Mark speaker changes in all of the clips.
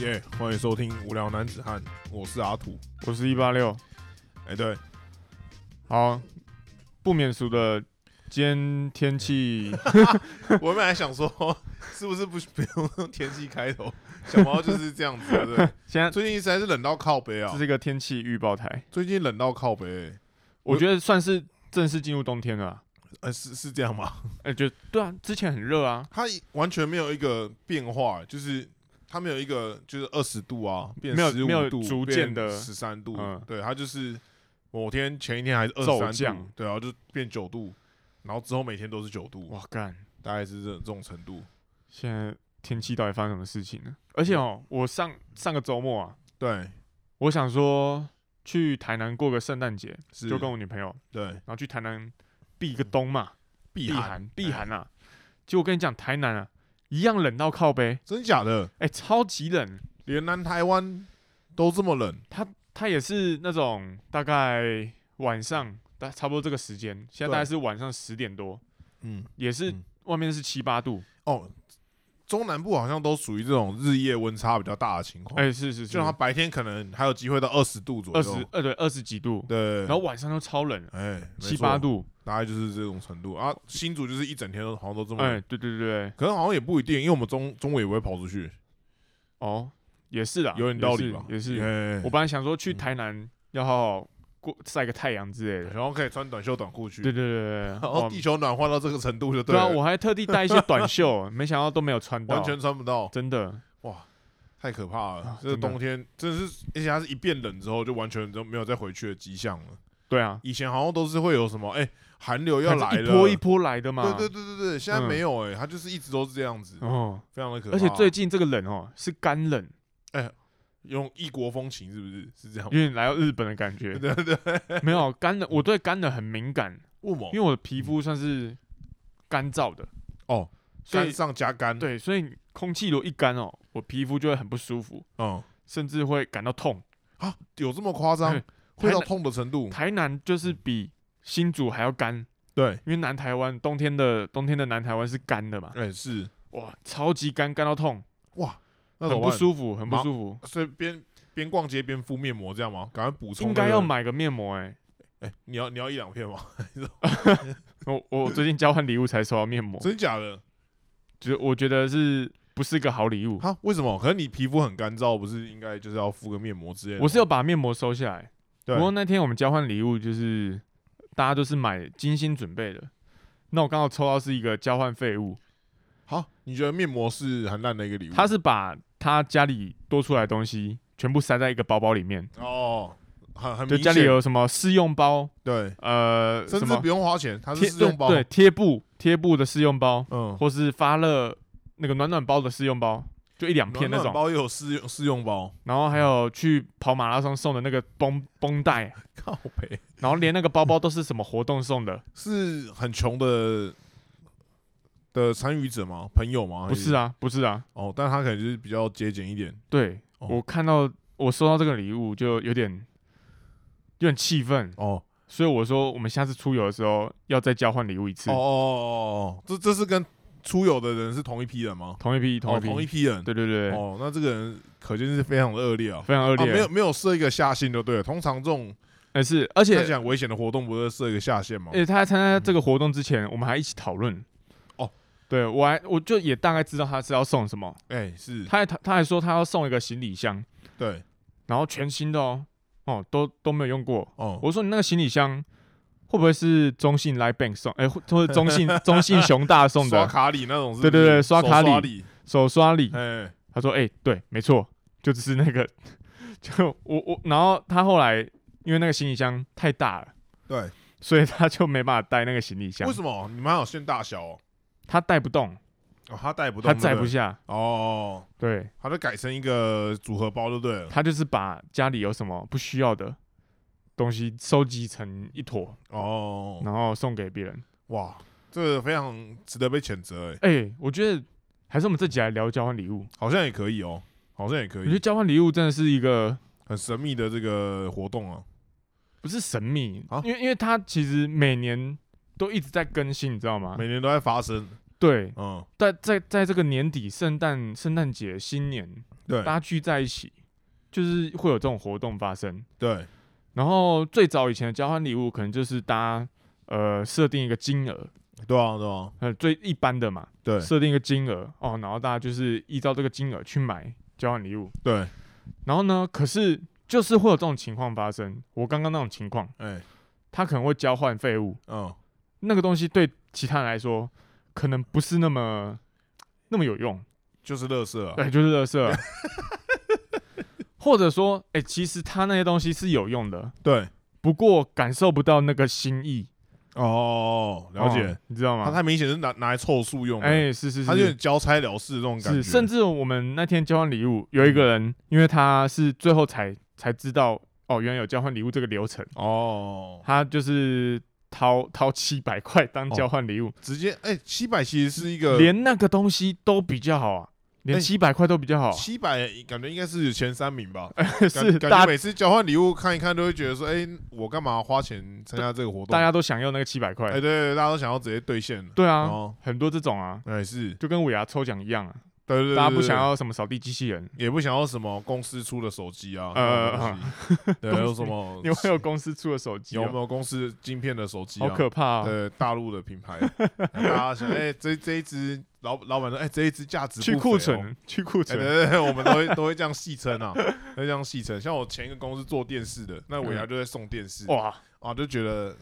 Speaker 1: 耶欢迎收听《无聊男子汉》，我是阿土。
Speaker 2: 我是一八六。
Speaker 1: 哎、对，
Speaker 2: 好，不免俗的，今天天 气
Speaker 1: 我本来想说，是不是不 不用用天气开头？小猫就是这样子，啊对不对？
Speaker 2: 现在
Speaker 1: 最近实在是冷到靠北啊
Speaker 2: 这！是一个天气预报台，
Speaker 1: 最近冷到靠北、
Speaker 2: 我觉得算是正式进入冬天了啊。
Speaker 1: 呃，是是这样吗？
Speaker 2: 哎、就对啊，之前很热啊，
Speaker 1: 它完全没有一个变化，就是它没有一个就是二十度啊，变
Speaker 2: 没有
Speaker 1: 十
Speaker 2: 没
Speaker 1: 五
Speaker 2: 有
Speaker 1: 度，
Speaker 2: 逐渐地
Speaker 1: 十三度，
Speaker 2: 嗯
Speaker 1: 对，它就是某天前一天还是二
Speaker 2: 骤
Speaker 1: 十三度
Speaker 2: 降，
Speaker 1: 对啊，就变九度，然后之后每天都是九度，
Speaker 2: 哇干！
Speaker 1: 大概是这这种程度。
Speaker 2: 现在天气到底发生什么事情呢？而且哦，我上上个周末啊，
Speaker 1: 对，
Speaker 2: 我想说去台南过个圣诞节，
Speaker 1: 是
Speaker 2: 就跟我女朋友，
Speaker 1: 对
Speaker 2: 然后去台南避个冬嘛，
Speaker 1: 避
Speaker 2: 嗯避寒避寒啊。结果我跟你讲，台南啊，一样冷到靠背，
Speaker 1: 真假的？
Speaker 2: 哎、超级冷。
Speaker 1: 连南台湾都这么冷，
Speaker 2: 它也是那种大概晚上，大差不多这个时间，现在大概是晚上十点多，
Speaker 1: 嗯，
Speaker 2: 也是、
Speaker 1: 嗯
Speaker 2: 外面是七八度，
Speaker 1: 哦，中南部好像都属于这种日夜温差比较大的情况，
Speaker 2: 哎、是是是，
Speaker 1: 哦就它白天可能还有机会到二十度左
Speaker 2: 二
Speaker 1: 右，
Speaker 2: 十二对二十几度，
Speaker 1: 对，
Speaker 2: 然后晚上都超冷，
Speaker 1: 哎
Speaker 2: 七八，
Speaker 1: 没错
Speaker 2: 度，
Speaker 1: 大概就是这种程度啊。新竹就是一整天都好像都这么
Speaker 2: 哎、
Speaker 1: 冷，
Speaker 2: 对对对对，
Speaker 1: 可能好像也不一定，因为我们中中午也不会跑出去，
Speaker 2: 哦，也是啦，
Speaker 1: 有点道理吧？
Speaker 2: 也是。也是
Speaker 1: 哎
Speaker 2: 我本来想说去台南要好好过晒个太阳之类的，
Speaker 1: 然后可以穿短袖短裤去，
Speaker 2: 对对对对对，
Speaker 1: 然
Speaker 2: 哇
Speaker 1: 后地球暖化到这个程度就
Speaker 2: 对啊，
Speaker 1: 了，
Speaker 2: 我还特地带一些 短袖，没想到都没有穿到，
Speaker 1: 完全穿不到。
Speaker 2: 真的，
Speaker 1: 哇，太可怕了！
Speaker 2: 啊
Speaker 1: 这个
Speaker 2: 真的
Speaker 1: 冬天真的是，而且它是一变冷之后就完全都没有再回去的迹象了。
Speaker 2: 对啊，
Speaker 1: 以前好像都是会有什么，哎、寒流要来
Speaker 2: 反正
Speaker 1: 了，
Speaker 2: 一波一波来的嘛，
Speaker 1: 对对对对对，现在
Speaker 2: 嗯
Speaker 1: 没有哎、它就是一直都是这样子，
Speaker 2: 哦，
Speaker 1: 非常的可怕。
Speaker 2: 而且最近这个冷哦，是干冷，
Speaker 1: 用异国风情是不是是这样
Speaker 2: 有？点来到日本的感觉。
Speaker 1: 哦 对对对，嗯哦
Speaker 2: 没有干冷，我对干冷很敏感，
Speaker 1: 雾蒙
Speaker 2: 因为我的皮肤算是干燥的，
Speaker 1: 哦，
Speaker 2: 所
Speaker 1: 干
Speaker 2: 以
Speaker 1: 上加干，，
Speaker 2: 对，所以空气如果一干哦，我皮肤就会很不舒服，
Speaker 1: 嗯
Speaker 2: 甚至会感到痛。
Speaker 1: 啊，有这么夸张
Speaker 2: 哎？
Speaker 1: 会
Speaker 2: 台
Speaker 1: 到
Speaker 2: 南
Speaker 1: 痛的程度，
Speaker 2: 台南
Speaker 1: 嗯
Speaker 2: 就是比新竹还要干，
Speaker 1: 对，
Speaker 2: 因为南台湾冬天的冬天的南台湾是干的嘛，
Speaker 1: 哎、是
Speaker 2: 哇，超级干，干到痛，
Speaker 1: 哇，那
Speaker 2: 很
Speaker 1: 怎么
Speaker 2: 不
Speaker 1: 办？
Speaker 2: 舒服，很不
Speaker 1: 麻
Speaker 2: 舒服，
Speaker 1: 所以边边逛街边敷面膜这样吗？赶快补充、
Speaker 2: 应该要。买个面膜哎、
Speaker 1: 哎、你要你要一两片吗？
Speaker 2: 我我最近交换礼物才收到面膜，
Speaker 1: 真假的？
Speaker 2: 觉我觉得是不是个好礼物？
Speaker 1: 哈，为什么？可能你皮肤很干燥，不是应该就是要敷个面膜之类的吗？
Speaker 2: 我是有把面膜收下来，
Speaker 1: 对
Speaker 2: 不过那天我们交换礼物就是大家都是买精心准备的，那我刚好抽到是一个交换废物，
Speaker 1: 好，你觉得面膜是很烂的一个礼物？
Speaker 2: 他是把他家里多出来的东西全部塞在一个包包里面，
Speaker 1: 哦，很很
Speaker 2: 就
Speaker 1: 明
Speaker 2: 家里
Speaker 1: 显
Speaker 2: 有什么试用包，
Speaker 1: 对，
Speaker 2: 呃，
Speaker 1: 甚
Speaker 2: 什
Speaker 1: 至
Speaker 2: 么
Speaker 1: 不用花钱，它是
Speaker 2: 贴
Speaker 1: 试用包，
Speaker 2: 对对贴布贴布的试用包，
Speaker 1: 嗯，
Speaker 2: 或是发热那个暖暖包的试用包，就一两片那
Speaker 1: 暖暖
Speaker 2: 种，
Speaker 1: 包也有试用试用包，
Speaker 2: 然后还有去跑马拉松送的那个绷绷带，
Speaker 1: 靠北，
Speaker 2: 然后连那个包包都是什么活动送 的？
Speaker 1: 是很穷的的参与者吗？朋友吗？
Speaker 2: 不是
Speaker 1: 啊，
Speaker 2: 啊，不是啊，
Speaker 1: 哦，但他可能就是比较节俭一点，
Speaker 2: 对、
Speaker 1: 哦
Speaker 2: 我看到我收到这个礼物就有点有点气愤，
Speaker 1: 哦
Speaker 2: 所以我说我们下次出游的时候要再交换礼物一次，
Speaker 1: 哦哦哦哦，这这是跟出游的人是同一批人吗？
Speaker 2: 同一批，同
Speaker 1: 哦，
Speaker 2: 一批，
Speaker 1: 同一批人，
Speaker 2: 对对对，
Speaker 1: 哦，那这个人可见是非常的恶劣啊。
Speaker 2: 非常恶
Speaker 1: 啊，
Speaker 2: 劣，
Speaker 1: 没有没有设一个下限就对了。通常这种
Speaker 2: 哎是，而且
Speaker 1: 看起来很危险的活动，不是设一个下限吗
Speaker 2: 而？且他在参加这个活动之前，我们还一起讨论。
Speaker 1: 哦，
Speaker 2: 对我还我就也大概知道他是要送什么，
Speaker 1: 哎，是
Speaker 2: 他还他他还说他要送一个行李箱，
Speaker 1: 对
Speaker 2: 然后全新的哦，哦都都没有用过。
Speaker 1: 哦，
Speaker 2: 我说你那个行李箱会不会是中信 Live Bank 送，哎、或或者中 信中信熊大送
Speaker 1: 刷
Speaker 2: 的
Speaker 1: 卡里那种是不
Speaker 2: 对
Speaker 1: 是，
Speaker 2: 对对刷
Speaker 1: 手
Speaker 2: 卡里
Speaker 1: 里，
Speaker 2: 手刷礼？
Speaker 1: 哎，
Speaker 2: 他说，哎、对，没错，就只是那个， 就我我，然后他后来因为那个行李箱太大了，
Speaker 1: 对，
Speaker 2: 所以他就没办法带那个行李箱
Speaker 1: 为，什么你们还有限大小哦？
Speaker 2: 他带不动，
Speaker 1: 哦，他带不动，
Speaker 2: 他载不
Speaker 1: 对对
Speaker 2: 下，
Speaker 1: 哦，
Speaker 2: 对。
Speaker 1: 他就改成一个组合包就对了。
Speaker 2: 他就是把家里有什么不需要的东西收集成一坨，
Speaker 1: 哦，
Speaker 2: 然后送给别人。
Speaker 1: 哇，这个非常值得被谴责，哎，
Speaker 2: 哎、我觉得还是我们这集来聊交换礼物。
Speaker 1: 好像也可以哦，好像也
Speaker 2: 我
Speaker 1: 可
Speaker 2: 觉得
Speaker 1: 以，
Speaker 2: 交换礼物真的是一个
Speaker 1: 很神秘的这个活动啊。
Speaker 2: 不是神秘，
Speaker 1: 啊
Speaker 2: 因为因为它其实每年都一直在更新，你知道吗？
Speaker 1: 每年都在发生，
Speaker 2: 对，
Speaker 1: 嗯，
Speaker 2: 在在在这个年底，圣诞圣诞节、新年，
Speaker 1: 对
Speaker 2: 大家聚在一起，就是会有这种活动发生。
Speaker 1: 对
Speaker 2: 然后最早以前的交换礼物，可能就是大家呃设定一个金额，
Speaker 1: 对啊对啊
Speaker 2: 呃最一般的嘛，
Speaker 1: 对
Speaker 2: 设定一个金额哦，然后大家就是依照这个金额去买交换礼物。
Speaker 1: 对，
Speaker 2: 然后呢，可是就是会有这种情况发生，我刚刚那种情况，
Speaker 1: 哎
Speaker 2: 他可能会交换废物，
Speaker 1: 嗯
Speaker 2: 那个东西对其他人来说可能不是那么那么有用，
Speaker 1: 就是乐色啊，
Speaker 2: 对，就是 垃圾。或者说，哎、其实他那些东西是有用的，
Speaker 1: 对
Speaker 2: 不过感受不到那个心意，
Speaker 1: 哦，了解
Speaker 2: 哦。你知道
Speaker 1: 他
Speaker 2: 吗？
Speaker 1: 太明显是拿拿来凑数用的，
Speaker 2: 哎、是是
Speaker 1: 他就是有交差了事这种感觉，
Speaker 2: 是，甚至我们那天交换礼物，有一个
Speaker 1: 嗯
Speaker 2: 人，因为他是最后才才知道，哦，原来有交换礼物这个流程，
Speaker 1: 哦，
Speaker 2: 他就是掏掏七百块当交换礼物，
Speaker 1: 直接哎，七百其实是一个
Speaker 2: 连那个东西都比较好啊，连
Speaker 1: 哎
Speaker 2: 七百块都比较好啊，
Speaker 1: 七百，感觉应该是前三名吧。感
Speaker 2: 是
Speaker 1: 感觉
Speaker 2: 大
Speaker 1: 每次交换礼物看一看，都会觉得说，哎，我干嘛花钱参加这个活动？
Speaker 2: 大家都想要那个七百
Speaker 1: 哎，
Speaker 2: 块
Speaker 1: 对，对，对大家都想要直接兑现了。
Speaker 2: 对啊，
Speaker 1: 哦，
Speaker 2: 很多这种啊，
Speaker 1: 哎是，
Speaker 2: 就跟尾牙抽奖一样啊，
Speaker 1: 对对对，
Speaker 2: 大家
Speaker 1: 对哦
Speaker 2: 不想，
Speaker 1: 对
Speaker 2: 要什么扫地机器人，
Speaker 1: 也不想要什么公司出的手机啊，
Speaker 2: 呃
Speaker 1: 呃，对，还有什 么
Speaker 2: 因为有公司出的手机
Speaker 1: 有没
Speaker 2: 哦，
Speaker 1: 有公司晶片的手机
Speaker 2: 好
Speaker 1: 啊？
Speaker 2: 可怕啊，
Speaker 1: 对，大陆的品牌，大家想，哎，这这一只老老板说，哎，这一只价值
Speaker 2: 去
Speaker 1: 不菲
Speaker 2: 库
Speaker 1: 哦
Speaker 2: 存，去库
Speaker 1: 哎，对
Speaker 2: 存，
Speaker 1: 对对，我们都会 都会这样戏称啊，都会这样戏称。像我前一个公司做电视的，那尾牙就在送电视，
Speaker 2: 嗯哇，
Speaker 1: 啊，就觉得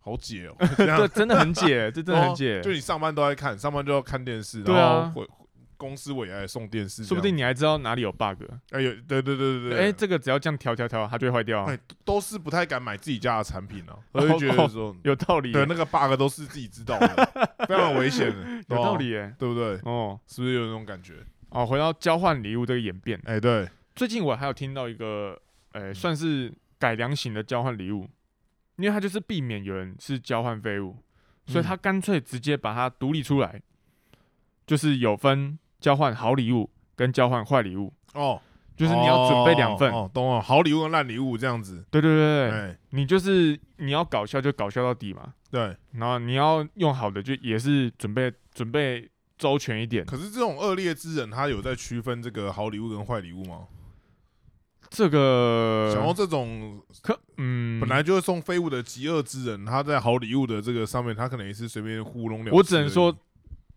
Speaker 1: 好解 哦，这样
Speaker 2: 这真的 很解，这真的很解
Speaker 1: 哦，就你上班都在看，上班就要看电视，
Speaker 2: 对啊
Speaker 1: 然后回公司尾牙也送电视这样，
Speaker 2: 说不定你还知道哪里有 bug，
Speaker 1: 哎有对对对对对，
Speaker 2: 哎，这个只要这样调调调，它就会坏掉啊
Speaker 1: 哎，都是不太敢买自己家的产品啊，我就觉得说。
Speaker 2: 有道理耶，
Speaker 1: 对，那个 bug 都是自己知道 的，非常危险的，
Speaker 2: 有
Speaker 1: 对吧
Speaker 2: 道，理耶，
Speaker 1: 对不对？
Speaker 2: 哦。
Speaker 1: 是不是有那种感觉？
Speaker 2: 哦，回到交换礼物这个演变，
Speaker 1: 哎，对，
Speaker 2: 最近我还有听到一个，呃、
Speaker 1: 嗯
Speaker 2: 算是改良型的交换礼物，因为它就是避免有人是交换废物，
Speaker 1: 嗯
Speaker 2: 所以它干脆直接把它独立出来，就是有分交换好礼物跟交换坏礼物，
Speaker 1: 哦，
Speaker 2: 就是你要准备两份。
Speaker 1: 哦，哦懂了，好礼物跟烂礼物这样子，
Speaker 2: 对对对对，
Speaker 1: 哎，
Speaker 2: 你就是你要搞笑就搞笑到底嘛，
Speaker 1: 对。
Speaker 2: 然后你要用好的就也是准备准备周全一点，
Speaker 1: 可是这种恶劣之人，他有在区分这个好礼物跟坏礼物吗？
Speaker 2: 这个
Speaker 1: 想要这种
Speaker 2: 可嗯，
Speaker 1: 本来就是送废物的极恶之人，他在好礼物的这个上面，他可能也是随便糊弄了事而已。
Speaker 2: 我只能说，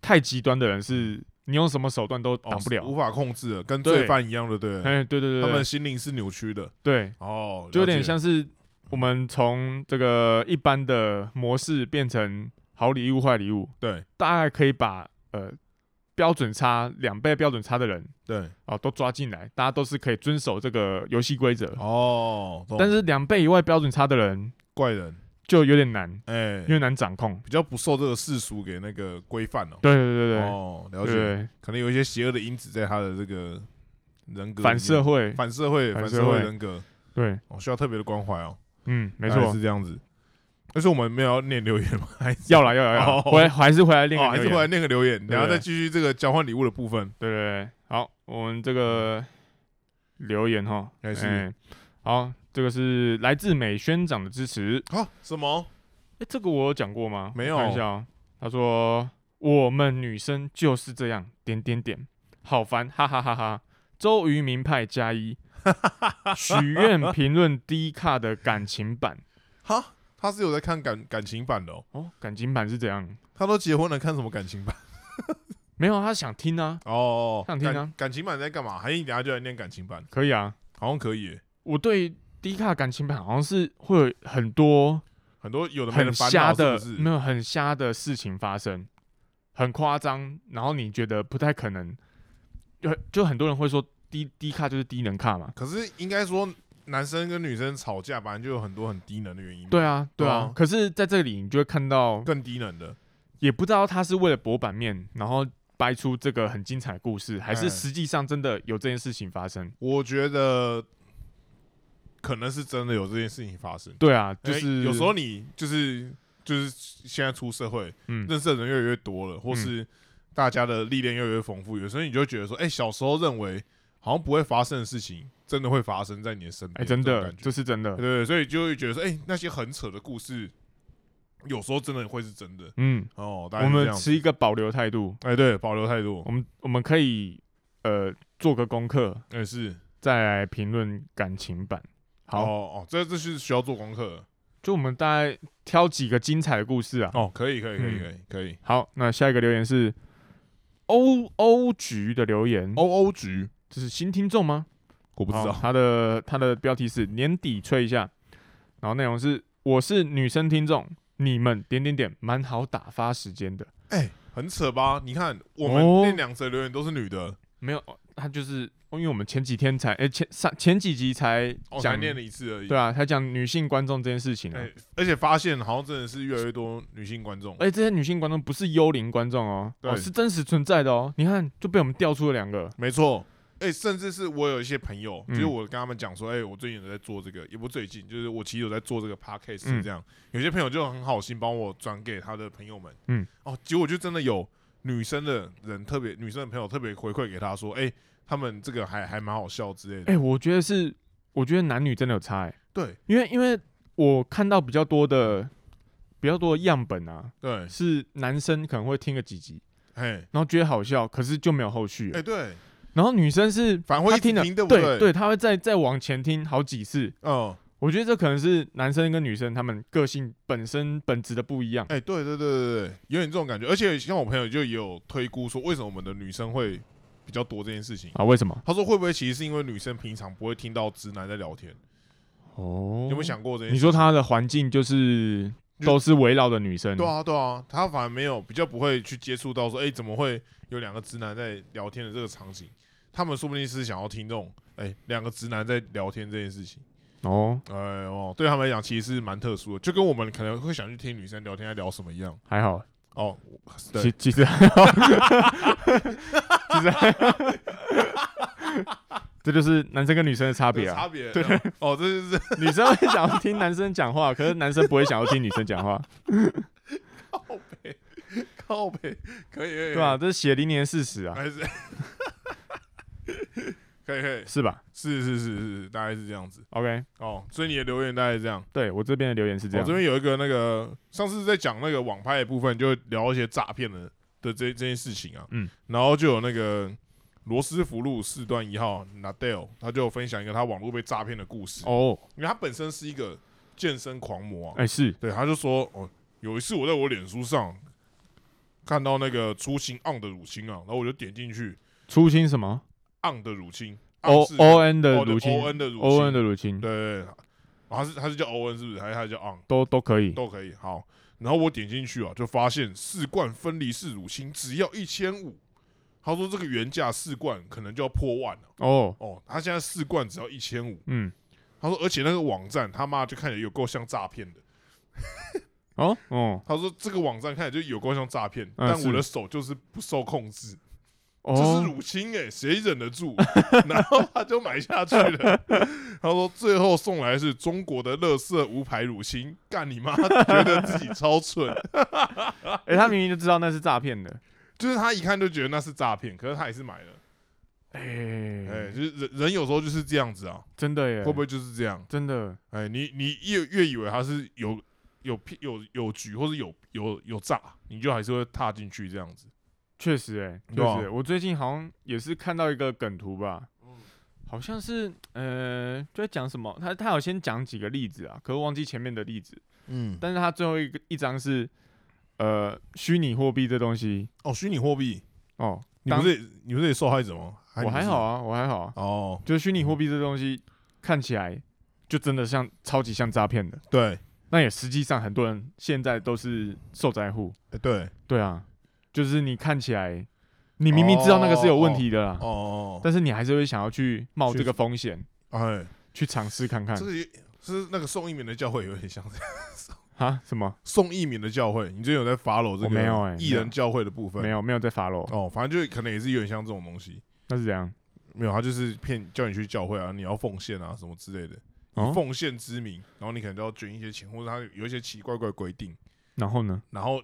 Speaker 2: 太极端的人是你用什么手段都
Speaker 1: 哦
Speaker 2: 挡不了。
Speaker 1: 无法控制的，跟
Speaker 2: 对
Speaker 1: 罪犯一样的，对了，
Speaker 2: 哎、对对
Speaker 1: 他
Speaker 2: 对
Speaker 1: 们
Speaker 2: 对，
Speaker 1: 心灵是扭曲的。
Speaker 2: 对，
Speaker 1: 哦，
Speaker 2: 就有
Speaker 1: 了解
Speaker 2: 点，像是我们从这个一般的模式变成好礼物、坏礼物，
Speaker 1: 对
Speaker 2: 大概可以把呃标准差两倍标准差的人
Speaker 1: 对，
Speaker 2: 啊、都抓进来，大家都是可以遵守这个游戏规则。
Speaker 1: 哦，懂
Speaker 2: 但是两倍以外标准差的人
Speaker 1: 怪人，
Speaker 2: 就有点难，
Speaker 1: 哎
Speaker 2: 有，点难掌控。
Speaker 1: 比较不受这个世俗给那个规范哦。
Speaker 2: 对对对对对
Speaker 1: 哦，了解，
Speaker 2: 对对
Speaker 1: 可能有一些邪恶的因子在他的这个人格
Speaker 2: 反社
Speaker 1: 会、
Speaker 2: 会，
Speaker 1: 反社会、
Speaker 2: 反
Speaker 1: 反
Speaker 2: 社
Speaker 1: 社
Speaker 2: 会
Speaker 1: 会人格，
Speaker 2: 对，
Speaker 1: 哦，需要特别的关怀哦。
Speaker 2: 嗯，没
Speaker 1: 大概
Speaker 2: 错，
Speaker 1: 是这样子。但是我们没有要念留言吗？ 还是
Speaker 2: 要了要了要
Speaker 1: 哦
Speaker 2: 啦，回还是回来练
Speaker 1: 哦，
Speaker 2: 个
Speaker 1: 还
Speaker 2: 留
Speaker 1: 是
Speaker 2: 言
Speaker 1: 回来念个留言，
Speaker 2: 对
Speaker 1: 然后再继续这个交换礼物的部分。
Speaker 2: 对对对，好，我们这个留言哈，
Speaker 1: 嗯哎是
Speaker 2: 哎好，这个是来自美宣长的支持。
Speaker 1: 好、什么？
Speaker 2: 哎，这个我有讲过吗？
Speaker 1: 没
Speaker 2: 我看一
Speaker 1: 有
Speaker 2: 下哦。他说我们女生就是这样，点点点，好烦，哈哈哈哈。周渝民派 加一，许愿评论低卡的感情版
Speaker 1: 哈，他是有在看感感情版的哦，
Speaker 2: 哦，感情版是怎样？
Speaker 1: 他都结婚了，看什么感情 版？
Speaker 2: 没有啊，他想听啊，
Speaker 1: 哦，
Speaker 2: 想听啊
Speaker 1: 感感情版在干嘛？还是你等下就来念感情版？
Speaker 2: 可以啊。
Speaker 1: 好像可以耶，
Speaker 2: 我对低卡感情版好像是会有很多
Speaker 1: 很多有的没
Speaker 2: 很
Speaker 1: 的烦
Speaker 2: 瞎
Speaker 1: 恼，是
Speaker 2: 的，
Speaker 1: 不是？
Speaker 2: 没有很瞎的事情发生，很夸张，然后你觉得不太可能，就就很多人会说低低卡就是低能卡嘛，
Speaker 1: 可是应该说，男生跟女生吵架，本来就有很多很低能的原因嘛，
Speaker 2: 对啊，对
Speaker 1: 对
Speaker 2: 啊
Speaker 1: 啊。
Speaker 2: 可是在这里你就会看到，
Speaker 1: 更低能的，
Speaker 2: 也不知道他是为了博版面，然后掰出这个很精彩的故事，还是
Speaker 1: 哎
Speaker 2: 实际上真的有这件事情发生。
Speaker 1: 我觉得可能是真的有这件事情发生。
Speaker 2: 对啊，就
Speaker 1: 就是是哎有时候你就是就是现在出社会，
Speaker 2: 嗯，
Speaker 1: 认识的人越来越多了，或是大家的历练越来越丰富，有时候你就会觉得说，哎、小时候认为好像不会发生的事情，真的会发生在你的身边，
Speaker 2: 哎，真
Speaker 1: 这种
Speaker 2: 的，
Speaker 1: 感觉，
Speaker 2: 这是真的
Speaker 1: 对，对，所以就会觉得说，哎、那些很扯的故事，有时候真的会是真的
Speaker 2: 嗯，
Speaker 1: 哦。大概
Speaker 2: 我
Speaker 1: 是这
Speaker 2: 们
Speaker 1: 样子
Speaker 2: 持一个保留态度，哦
Speaker 1: 哎、对，保留太多，
Speaker 2: 我们我们可以呃做个功课，
Speaker 1: 也哎是。
Speaker 2: 再来评论感情版。好，
Speaker 1: 哦哦，这这是需要做功课的
Speaker 2: 就我们大概挑几个精彩的故事啊。
Speaker 1: 哦，可以可以可以
Speaker 2: 嗯
Speaker 1: 可以可以。
Speaker 2: 好，那下一个留言是欧欧局的留言，
Speaker 1: O O 局，
Speaker 2: 这是新听众吗？
Speaker 1: 我哦不知
Speaker 2: 好
Speaker 1: 道。
Speaker 2: 他的他的标题是年底吹一下，然后内容是我是女生听众，你们点点点蛮好打发时间的。
Speaker 1: 哎，很扯吧？你看我们
Speaker 2: 哦
Speaker 1: 那两则留言都是女的，
Speaker 2: 没有，他就是因为我们前几天才，哎、前上前几集才
Speaker 1: 哦，才
Speaker 2: 讲，
Speaker 1: 念了一次而已。
Speaker 2: 对啊，才讲女性观众这件事情、啊。
Speaker 1: 哎，而且发现好像真的是越来越多女性观众。
Speaker 2: 而哎且这些女性观众不是幽灵观众哦，
Speaker 1: 对
Speaker 2: 哦是真实存在的哦。你看就被我们调出了两个，
Speaker 1: 没错，哎、甚至是我有一些朋友，
Speaker 2: 嗯
Speaker 1: 就是我跟他们讲说，哎、我最近有在做这个，也不最近，就是我其实有在做这个 podcast
Speaker 2: 嗯
Speaker 1: 这样，有些朋友就很好心帮我转给他的朋友们，
Speaker 2: 嗯，
Speaker 1: 哦，结果就真的有女生的人特别，女生的朋友特别回馈给他说，哎、他们这个还还蛮好笑之类的，
Speaker 2: 哎、我觉得是，我觉得男女真的有差、哎，
Speaker 1: 对
Speaker 2: 因为因为我看到比较多的比较多的样本啊，
Speaker 1: 对，
Speaker 2: 是男生可能会听个几集，
Speaker 1: 哎
Speaker 2: 然后觉得好笑，可是就没有后续了。
Speaker 1: 哎对，
Speaker 2: 然后女生是
Speaker 1: 反而会
Speaker 2: 她
Speaker 1: 一直
Speaker 2: 了，
Speaker 1: 听，对不
Speaker 2: 对
Speaker 1: 对，
Speaker 2: 她会再再往前听好几次。
Speaker 1: 嗯，
Speaker 2: 我觉得这可能是男生跟女生他们个性本身本质的不一样。
Speaker 1: 哎、对对对对对，有点这种感觉，而且像我朋友就也有推估说，为什么我们的女生会比较多这件事情。
Speaker 2: 啊，为什么？
Speaker 1: 他说会不会其实是因为女生平常不会听到直男在聊天？
Speaker 2: 哦
Speaker 1: 有没有？想过这件
Speaker 2: 你
Speaker 1: 事？
Speaker 2: 说她的环境就是
Speaker 1: 就
Speaker 2: 都是围绕着女生，
Speaker 1: 对啊，对啊，他反而没有比较不会去接触到说，哎、怎么会有两个直男在聊天的这个场景？他们说不定是想要听这种，哎、两个直男在聊天这件事情。
Speaker 2: 哦，
Speaker 1: 哎哦，对他们来讲其实是蛮特殊的，就跟我们可能会想去听女生聊天在聊什么一样。
Speaker 2: 还好，
Speaker 1: 哦，对
Speaker 2: 其 其实还好，其实还好，这就是男生跟女生的差
Speaker 1: 这
Speaker 2: 别啊。
Speaker 1: 差别。对，哦，这就是
Speaker 2: 女生会想要听男生讲话，可是男生不会想要听女 生讲话，
Speaker 1: 靠背，靠背， 可以，可以
Speaker 2: 对啊吧、？这是血淋淋的事实啊，
Speaker 1: 还是 可以，可以，
Speaker 2: 是吧
Speaker 1: 是是是是，大概是这样子。
Speaker 2: ？OK，
Speaker 1: 哦，所以你的留言大概是这样。
Speaker 2: 对我这边的留言是这
Speaker 1: 我、
Speaker 2: 样
Speaker 1: 这。边有一个那个上次在讲那个网拍的部分，就聊一些诈骗的的这这件事情啊。
Speaker 2: 嗯，
Speaker 1: 然后就有那个罗斯福路四段一号 Nadel，他就分享一个他网络被诈骗的故事，
Speaker 2: 哦，
Speaker 1: 因为他本身是一个健身狂魔啊。
Speaker 2: 哎、是，
Speaker 1: 对，他就说哦，有一次我在我脸书上看到那个出行 on 的乳清啊，然后我就点进去
Speaker 2: 初心什么
Speaker 1: on 的乳清
Speaker 2: O O N 的乳
Speaker 1: 哦，O
Speaker 2: 清
Speaker 1: N 的乳
Speaker 2: ，O
Speaker 1: 清
Speaker 2: N 的乳清
Speaker 1: 对对，对然后他是他是叫欧恩是不是？还是他叫 on？
Speaker 2: 都都可以。
Speaker 1: 都可以。好，然后我点进去啊，就发现四罐分离式乳清只要一千五。他说这个原价四罐可能就要破万了
Speaker 2: 哦，
Speaker 1: 哦，他现在四罐只要一千五。
Speaker 2: 嗯，
Speaker 1: 他说，而且那个网站他妈就看起来有够像诈骗的。
Speaker 2: 哦，哦，
Speaker 1: 他说这个网站看起来就有够像诈骗，
Speaker 2: 嗯
Speaker 1: 但我
Speaker 2: 是
Speaker 1: 的手就是不受控制，这是
Speaker 2: 哦，
Speaker 1: 乳清哎、谁忍得住？ 然后他就买下去了。他说最后送来是中国的乐色无牌乳清，干你妈！觉得自己超蠢，
Speaker 2: 哎、他明明就知道那是诈骗的。
Speaker 1: 就是他一看就觉得那是诈骗，可是他也是买了。
Speaker 2: 哎、
Speaker 1: 哎、就是人人有时候就是这样子啊，
Speaker 2: 真的耶，
Speaker 1: 会不会就是这样？
Speaker 2: 真的？
Speaker 1: 哎、你你越越以为他是有有骗有有局或者有有有诈，你就还是会踏进去这样子。
Speaker 2: 确实、欸，哎，
Speaker 1: 对啊
Speaker 2: 确实，我最近好像也是看到一个梗图吧
Speaker 1: 嗯，
Speaker 2: 好像是呃，就在讲什么，他他有先讲几个例子啊，可是忘记前面的例子，
Speaker 1: 嗯，
Speaker 2: 但是他最后一个一张是呃，虚拟货币这东西
Speaker 1: 哦，虚拟货币，
Speaker 2: 哦，
Speaker 1: 你
Speaker 2: 当
Speaker 1: 不是也你不是也受害者吗？
Speaker 2: 我还好
Speaker 1: 啊。
Speaker 2: 啊，我还好啊，
Speaker 1: 哦，
Speaker 2: 就是虚拟货币这东西看起来就真的像超级像诈骗的，
Speaker 1: 对，
Speaker 2: 那也实际上很多人现在都是受灾户，
Speaker 1: 哎对，
Speaker 2: 对啊，就是你看起来，你明明知道那个是有问题的啦。
Speaker 1: 哦，
Speaker 2: 但是你还是会想要去冒这个风险，
Speaker 1: 哎，
Speaker 2: 去尝试看看
Speaker 1: 这个也是那个宋一鸣的教会有点像 这样。
Speaker 2: 啊？什么？
Speaker 1: 宋一鸣的教会，你最近有在 follow 这
Speaker 2: 我没有哎
Speaker 1: 个艺人教会的部分？
Speaker 2: 没有没有在发漏，
Speaker 1: 哦，反正就可能也是有点像这种东西。
Speaker 2: 那是怎样？
Speaker 1: 没有，他就是骗叫你去教会啊，你要奉献啊什么之类的，
Speaker 2: 哦，
Speaker 1: 奉献之名，然后你可能就要捐一些钱，或者他有一些奇怪怪的规定，
Speaker 2: 然后呢？
Speaker 1: 然后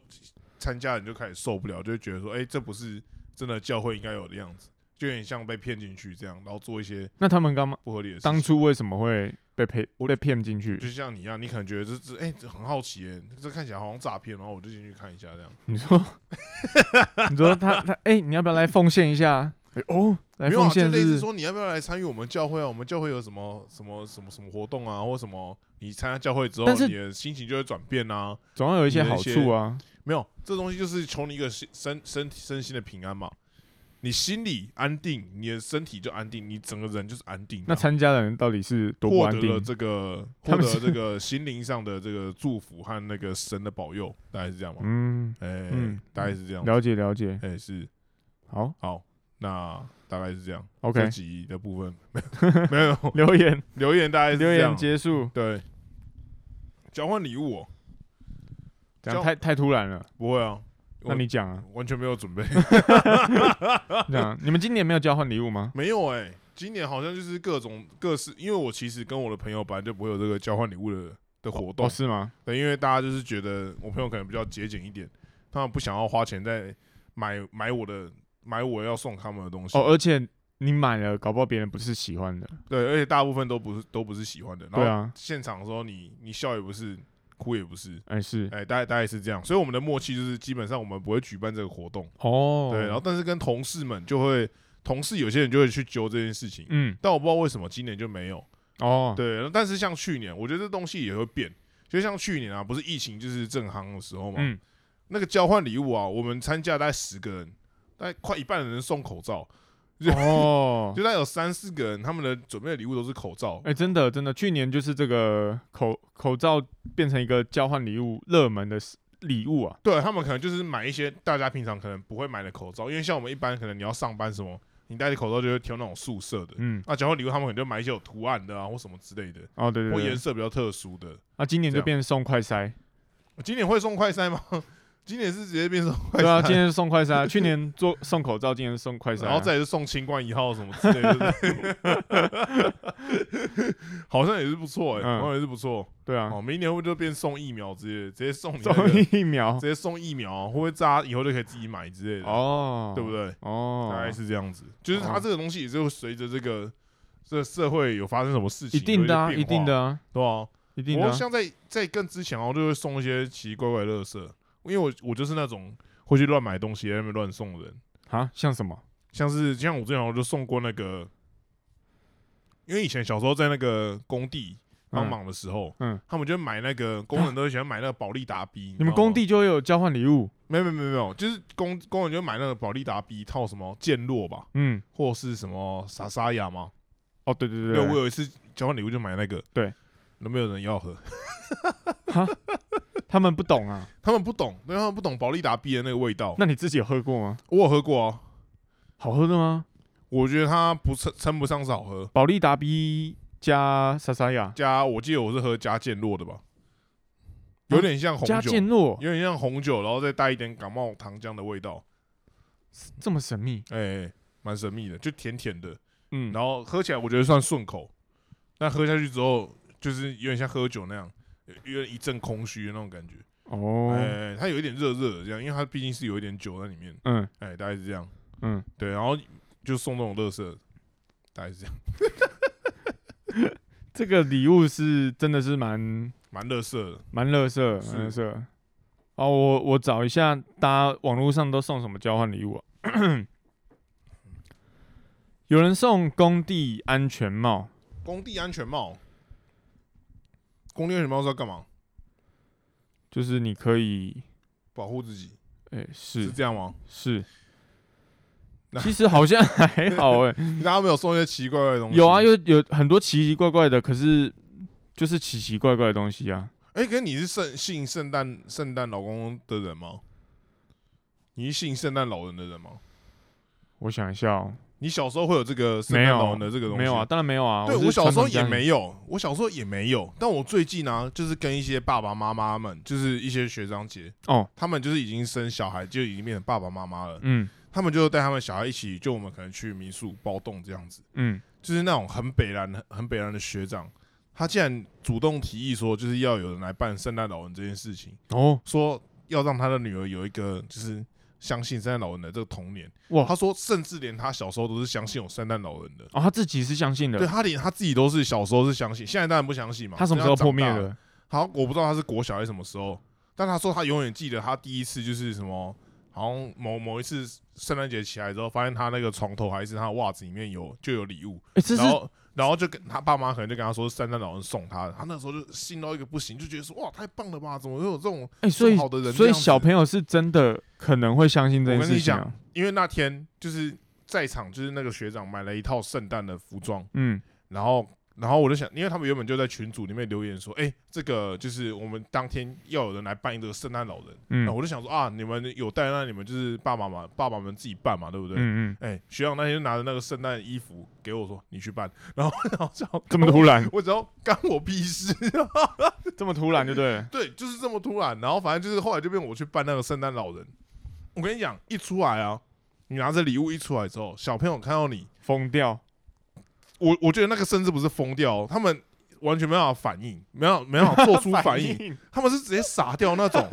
Speaker 1: 参加人就开始受不了，就会觉得说，哎、这不是真的教会应该有的样子，就有点像被骗进去这样，然后做一些
Speaker 2: 那他们刚
Speaker 1: 不合理的事情。
Speaker 2: 当初为什么会被骗被骗进去？
Speaker 1: 就像你一样，你可能觉得这这哎、这很好奇、哎，这看起来好像诈骗，然后 我就进去看一下这样。
Speaker 2: 你说，你说他他哎、你要不要来奉献一下？哎哦，来
Speaker 1: 没有啊，
Speaker 2: 奉
Speaker 1: 就
Speaker 2: 献
Speaker 1: 类似
Speaker 2: 是
Speaker 1: 说你要不要来参与我们教会啊？我们教会有什么什么什么什么活动啊，或什么？你参加教会之后，
Speaker 2: 但是
Speaker 1: 你的心情就会转变啊。
Speaker 2: 总要有一些
Speaker 1: 你的
Speaker 2: 好
Speaker 1: 一些
Speaker 2: 处啊。
Speaker 1: 没有，这东西就是求你一个身身身身心的平安嘛。你心里安定，你的身体就安定，你整个人就是安定啊、
Speaker 2: 那参加的人到底是多不
Speaker 1: 获
Speaker 2: 安
Speaker 1: 得
Speaker 2: 定
Speaker 1: 了？这个获
Speaker 2: 他
Speaker 1: 得
Speaker 2: 们
Speaker 1: 了
Speaker 2: 是
Speaker 1: 这个心灵上的这个祝福和那个神的保佑，大概是这样嘛？
Speaker 2: 嗯，
Speaker 1: 哎、
Speaker 2: 嗯
Speaker 1: 大概是这样。
Speaker 2: 了解了解。
Speaker 1: 哎、是
Speaker 2: 好
Speaker 1: 好，那大概是这样。这
Speaker 2: ，OK，
Speaker 1: 集的部分 没有没有
Speaker 2: 留言
Speaker 1: 留言，大概是
Speaker 2: 留
Speaker 1: 这样
Speaker 2: 言。结束，
Speaker 1: 对，交换礼物、哦、
Speaker 2: 这样
Speaker 1: 交
Speaker 2: 太太突然了。
Speaker 1: 不会啊，我
Speaker 2: 那你讲啊，
Speaker 1: 完全没有准备，
Speaker 2: 这样你们今年没有交换礼物吗？
Speaker 1: 没有哎、今年好像就是各种各式，因为我其实跟我的朋友本来就不会有这个交换礼物的的活动
Speaker 2: 哦，，是吗？
Speaker 1: 对，因为大家就是觉得我朋友可能比较节俭一点，他们不想要花钱在买买我的买我要送他们的东西。
Speaker 2: 哦，而且你买了，搞不好别人不是喜欢的。
Speaker 1: 对，而且大部分都不是都不是喜欢的。
Speaker 2: 对
Speaker 1: 然后
Speaker 2: 啊，
Speaker 1: 现场的时候你，你笑也不是，哭也不是，
Speaker 2: 哎是
Speaker 1: 哎、大概大概是这样。所以我们的默契就是，基本上我们不会举办这个活动。
Speaker 2: 哦，
Speaker 1: 对，然后但是跟同事们就会，同事有些人就会去揪这件事情，
Speaker 2: 嗯
Speaker 1: 但我不知道为什么今年就没有。
Speaker 2: 哦，
Speaker 1: 对，但是像去年，我觉得这东西也会变。就像去年啊，不是疫情就是正夯的时候嘛，
Speaker 2: 嗯
Speaker 1: 那个交换礼物啊，我们参加大概十个人，大概快一半的人送口罩，对
Speaker 2: 哦，
Speaker 1: 就大概有三四个人，他们的准备的礼物都是口罩。
Speaker 2: 哎、真的真的，去年就是这个口口罩变成一个交换礼物热门的 s- 礼物啊。
Speaker 1: 对他们可能就是买一些大家平常可能不会买的口罩，因为像我们一般可能你要上班什么，你戴着口罩就会挑那种素色的。
Speaker 2: 嗯，
Speaker 1: 那交换礼物他们可能就买一些有图案的啊，或什么之类的，
Speaker 2: 哦对
Speaker 1: 或
Speaker 2: 对
Speaker 1: 颜
Speaker 2: 对，
Speaker 1: 色比较特殊的。
Speaker 2: 啊，今年
Speaker 1: 这
Speaker 2: 就
Speaker 1: 样
Speaker 2: 变送快筛，
Speaker 1: 今年会送快筛吗？ 今年是直接变成快
Speaker 2: 对啊，
Speaker 1: 筛，
Speaker 2: 今年是送快筛啊，去年做送口罩，今年是送快筛啊、
Speaker 1: 然后再来是送清冠一号什么之类的，对不对 好像也是不错哎、
Speaker 2: 嗯
Speaker 1: 好像也是不错。
Speaker 2: 对啊，
Speaker 1: 哦，明年会不会就变送疫苗之类的，直接送你、那
Speaker 2: 送
Speaker 1: 个
Speaker 2: 疫苗
Speaker 1: 直接送疫苗，啊会不会大家以后就可以自己买之类的，
Speaker 2: 哦，
Speaker 1: 对不？哎对？
Speaker 2: 哦，
Speaker 1: 大概是这样子，就是它
Speaker 2: 哦
Speaker 1: 这个东西也是会随着这个这社会有发生什么事情，
Speaker 2: 一定的啊，
Speaker 1: 有些
Speaker 2: 一
Speaker 1: 变化
Speaker 2: 定，的啊，
Speaker 1: 对啊。
Speaker 2: 一定的
Speaker 1: 我
Speaker 2: 啊、
Speaker 1: 像在在更之前，哦，就会送一些奇奇怪怪的乐色，因为我我就是那种会去乱买东西、在那边乱送的人，
Speaker 2: 啊，像什么？
Speaker 1: 像是像我之前我就送过那个，因为以前小时候在那个工地帮
Speaker 2: 嗯，
Speaker 1: 忙的时候，
Speaker 2: 嗯
Speaker 1: 他们就买那个工人都会喜欢买那个保利达 B，
Speaker 2: 你们工地就会有交换礼物，
Speaker 1: 没有没有没有没有，就是工工人就买那个保利达 B 套什么健洛吧，
Speaker 2: 嗯，
Speaker 1: 或是什么莎莎雅吗？
Speaker 2: 哦，对对对
Speaker 1: 对，我有一次交换礼物就买那个，
Speaker 2: 对，
Speaker 1: 都没有人要喝，
Speaker 2: 他们不懂啊，
Speaker 1: 他们不懂，因为他们不懂保利达 B 的那个味道。
Speaker 2: 那你自己有喝过吗？
Speaker 1: 我有喝过啊，
Speaker 2: 好喝的吗？
Speaker 1: 我觉得它不称称不上是好喝。
Speaker 2: 保利达 B 加莎莎雅
Speaker 1: 加我记得我是喝加健洛的吧，有点像红
Speaker 2: 加
Speaker 1: 酒，
Speaker 2: 健诺，
Speaker 1: 有点像红酒，然后再带一点感冒糖浆的味道，
Speaker 2: 这么神秘。
Speaker 1: 哎、蛮神秘的，就甜甜的，
Speaker 2: 嗯，
Speaker 1: 然后喝起来我觉得算顺口，但喝下去之后就是有点像喝酒那样，有点一阵空虚的那种感觉。哎、
Speaker 2: 哦，
Speaker 1: 它有一点热热的这样，因为它毕竟是有一点酒在里面。
Speaker 2: 嗯
Speaker 1: 哎、大概是这样。
Speaker 2: 嗯，
Speaker 1: 对，然后就送这种乐色，大概是这样，
Speaker 2: 这个礼物是真的是蛮
Speaker 1: 蛮乐色的。
Speaker 2: 蛮乐色，
Speaker 1: 是
Speaker 2: 蛮乐色。哦，我我找一下，大家网络上都送什么交换礼物啊？有人送工地安全帽，
Speaker 1: 工地安全帽，工地安全帽是要干嘛？
Speaker 2: 就是你可以，
Speaker 1: 保护自己
Speaker 2: 哎、
Speaker 1: 是
Speaker 2: 是
Speaker 1: 这样 吗？
Speaker 2: 是
Speaker 1: 那，
Speaker 2: 其实好像还好 哎、
Speaker 1: 大家没有送一些奇怪的东西？
Speaker 2: 有啊，有有很多奇奇怪怪的，可是就是奇奇怪怪的东西啊。
Speaker 1: 哎、可是你是圣信圣诞圣诞老公的人吗？你是信圣诞老人的人吗？
Speaker 2: 我想一下、哦，
Speaker 1: 你小时候会有这个圣诞老人的这个东西
Speaker 2: 没有啊，？当然没有啊。
Speaker 1: 对
Speaker 2: 是
Speaker 1: 我小时候
Speaker 2: 传
Speaker 1: 也
Speaker 2: 统家庭，
Speaker 1: 没有，我小时候也没有，但我最近呢、啊就是跟一些爸爸妈妈们，就是一些学长姐，
Speaker 2: 哦，
Speaker 1: 他们就是已经生小孩，就已经变成爸爸妈妈了，
Speaker 2: 嗯
Speaker 1: 他们就带他们小孩一起，就我们可能去民宿包栋这样子，
Speaker 2: 嗯，
Speaker 1: 就是那种很北蓝、很北蓝的学长，他竟然主动提议说，就是要有人来办圣诞老人这件事情，
Speaker 2: 哦
Speaker 1: 说要让他的女儿有一个就是相信圣诞老人的这个童年。
Speaker 2: 哇，
Speaker 1: 他说，甚至连他小时候都是相信有圣诞老人的。
Speaker 2: 哦，他自己是相信
Speaker 1: 对
Speaker 2: 的，
Speaker 1: 他连他自己都是小时候是相信，现在当然不相信嘛。
Speaker 2: 他什么时候
Speaker 1: 等
Speaker 2: 破
Speaker 1: 长
Speaker 2: 灭
Speaker 1: 大
Speaker 2: 的？
Speaker 1: 好，我不知道他是国小还是什么时候，但他说他永远记得他第一次就是什么，好像某某一次圣诞节起来之后，发现他那个床头还是他的袜子里面有就有礼物，
Speaker 2: 哎，这是
Speaker 1: 然后然后就跟他爸妈可能就跟他说圣诞老人送他的，他那时候就信到一个不行，就觉得说哇太棒了吧，怎么会有这种？
Speaker 2: 哎，所以
Speaker 1: 好的人
Speaker 2: 所
Speaker 1: 这
Speaker 2: 以
Speaker 1: 样子
Speaker 2: 小朋友是真的可能会相信这件事情
Speaker 1: 我
Speaker 2: 啊。
Speaker 1: 因为那天就是在场，就是那个学长买了一套圣诞的服装，
Speaker 2: 嗯，
Speaker 1: 然后然后我就想，因为他们原本就在群组里面留言说，哎、这个就是我们当天要有人来扮演这个圣诞老人，
Speaker 2: 嗯
Speaker 1: 然后我就想说啊，你们有带那你们就是爸爸嘛，爸爸们自己办嘛，对不对？
Speaker 2: 嗯嗯，
Speaker 1: 哎、学长那天就拿着那个圣诞衣服给我说，你去办，然后 然后就
Speaker 2: 这么突 然，
Speaker 1: 我只要干我屁事，
Speaker 2: 这么突然，对不对了？
Speaker 1: 对，就是这么突然。然后反正就是后来就变我去扮那个圣诞老人。我跟你讲，一出来啊，你拿着礼物一出来之后，小朋友看到你，
Speaker 2: 疯掉，
Speaker 1: 我我觉得那个甚至不是疯掉哦，他们完全没办法反应，没有没办法做 出反应，
Speaker 2: 应，
Speaker 1: 他们是直接傻掉那 种。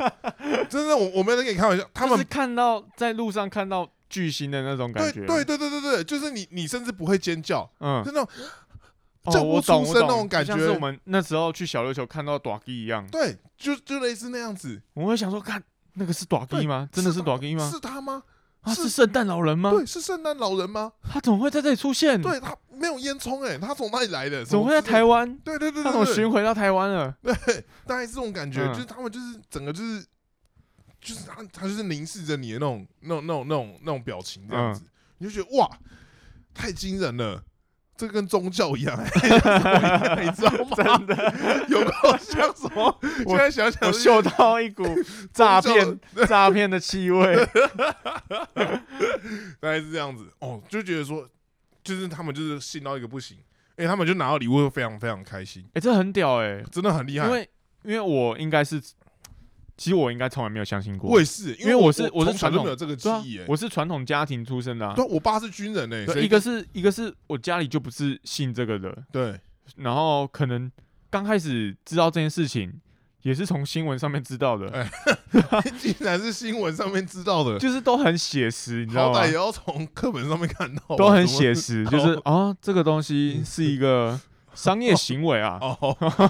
Speaker 1: 真的，我我没在跟你开玩笑，他
Speaker 2: 他
Speaker 1: 们
Speaker 2: 们看到在路上看到巨星的那种感
Speaker 1: 对
Speaker 2: 觉，啊
Speaker 1: 对，对对对对，就是你你甚至不会尖叫，
Speaker 2: 嗯
Speaker 1: 就，那种
Speaker 2: 哦，
Speaker 1: 叫不
Speaker 2: 我
Speaker 1: 出
Speaker 2: 懂我
Speaker 1: 声
Speaker 2: 懂
Speaker 1: 那种感
Speaker 2: 就像
Speaker 1: 觉
Speaker 2: 是我们那时候去小琉球看到短 G 一样，
Speaker 1: 对，就就类似那样子，
Speaker 2: 我们会想说，看那个是短 G
Speaker 1: 对
Speaker 2: 吗？真的是
Speaker 1: 他
Speaker 2: 短 G 吗？
Speaker 1: 是他吗？
Speaker 2: 啊，
Speaker 1: 是
Speaker 2: 是圣诞老人吗？
Speaker 1: 对，是圣诞老人吗？
Speaker 2: 他怎么会在这里出现？，
Speaker 1: 对他没有烟囱哎，他从哪里来的？
Speaker 2: 怎么会在
Speaker 1: 之类的
Speaker 2: 台湾？
Speaker 1: 对对对对
Speaker 2: 他怎么
Speaker 1: 对，
Speaker 2: 巡回到台湾了？
Speaker 1: 大概是这种感觉，
Speaker 2: 嗯
Speaker 1: 就是他们就是整个就是就是他他就是凝视着你的那种那种那种那种那种表情这样
Speaker 2: 嗯
Speaker 1: 子，你就觉得哇，太惊人了。这跟宗教一 样、欸，你知道吗？
Speaker 2: 真的，
Speaker 1: 有够像什么？现在想想
Speaker 2: 我
Speaker 1: 是
Speaker 2: 嗅到一股 诈骗诈骗的气味。
Speaker 1: 大概是这样子哦，就觉得说，就是他们就是信到一个不行，因为他们就拿到礼物会非常非常开心，
Speaker 2: 哎，这很屌哎，
Speaker 1: 真的很厉害
Speaker 2: 因。为因为我应该是，其实我应该从来没有相信
Speaker 1: 我
Speaker 2: 过
Speaker 1: 也。是，
Speaker 2: 因为
Speaker 1: 我
Speaker 2: 我是我是
Speaker 1: 从小
Speaker 2: 传
Speaker 1: 就
Speaker 2: 统
Speaker 1: 没有这个记
Speaker 2: 对啊
Speaker 1: 忆、欸，，
Speaker 2: 我是传统家庭出身的啊
Speaker 1: 对。啊，我爸是军人诶、欸，所
Speaker 2: 对，
Speaker 1: 以
Speaker 2: 一个是一个是我家里就不是信这个的，
Speaker 1: 对
Speaker 2: 然后可能刚开始知道这件事情，也是从新闻上面知道的，
Speaker 1: 哎 竟然是新闻上面知道的，
Speaker 2: 就是都很写实，你知道
Speaker 1: 好
Speaker 2: 吗
Speaker 1: 歹也？要从课本上面看到吧，
Speaker 2: 都很
Speaker 1: 怎么
Speaker 2: 写实，
Speaker 1: 好
Speaker 2: 就是啊，这个东西是一个商业行为啊，
Speaker 1: 哦。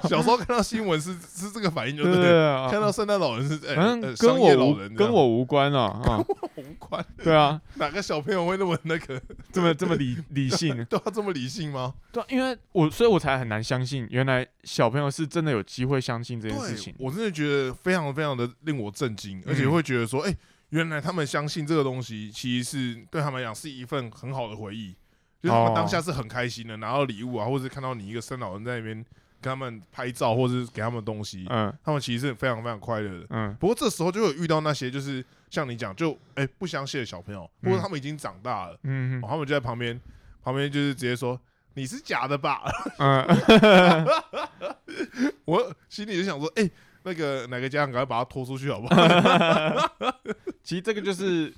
Speaker 1: 小时候看到新闻是是这个反应，就
Speaker 2: 对对
Speaker 1: 是
Speaker 2: 对啊，
Speaker 1: 看到圣诞老人是哎，
Speaker 2: 反
Speaker 1: 呃
Speaker 2: 正
Speaker 1: 商
Speaker 2: 跟
Speaker 1: 业
Speaker 2: 我
Speaker 1: 老
Speaker 2: 无
Speaker 1: 人这
Speaker 2: 跟
Speaker 1: 样
Speaker 2: 我无关啊， 啊，
Speaker 1: 无关，
Speaker 2: 对啊，
Speaker 1: 哪个小朋友会那么那个
Speaker 2: 这么这么理理性，
Speaker 1: 都要这么理性吗？
Speaker 2: 对啊，因为我所以我才很难相信，原来小朋友是真的有机会相信这件事
Speaker 1: 对
Speaker 2: 情，，
Speaker 1: 我真的觉得非常非常的令我震惊，而且
Speaker 2: 嗯
Speaker 1: 会觉得说，哎、原来他们相信这个东西，其实是对他们来讲是一份很好的回忆，就是他
Speaker 2: 哦
Speaker 1: 们当下是很开心的，拿到礼物啊，或者是看到你一个生老人在那边跟他们拍照，或者是给他们东西，
Speaker 2: 嗯
Speaker 1: 他们其实是非常非常快乐的。
Speaker 2: 嗯，
Speaker 1: 不过这时候就有遇到那些就是像你讲，就哎、不相信的小朋友，或者他们已经长大了，
Speaker 2: 嗯
Speaker 1: 哦他们就在旁边旁边就是直接说你是假的吧，
Speaker 2: 嗯，
Speaker 1: 我心里就想说，哎、那个哪个家长赶快把他拖出去好不好？
Speaker 2: 其实这个就是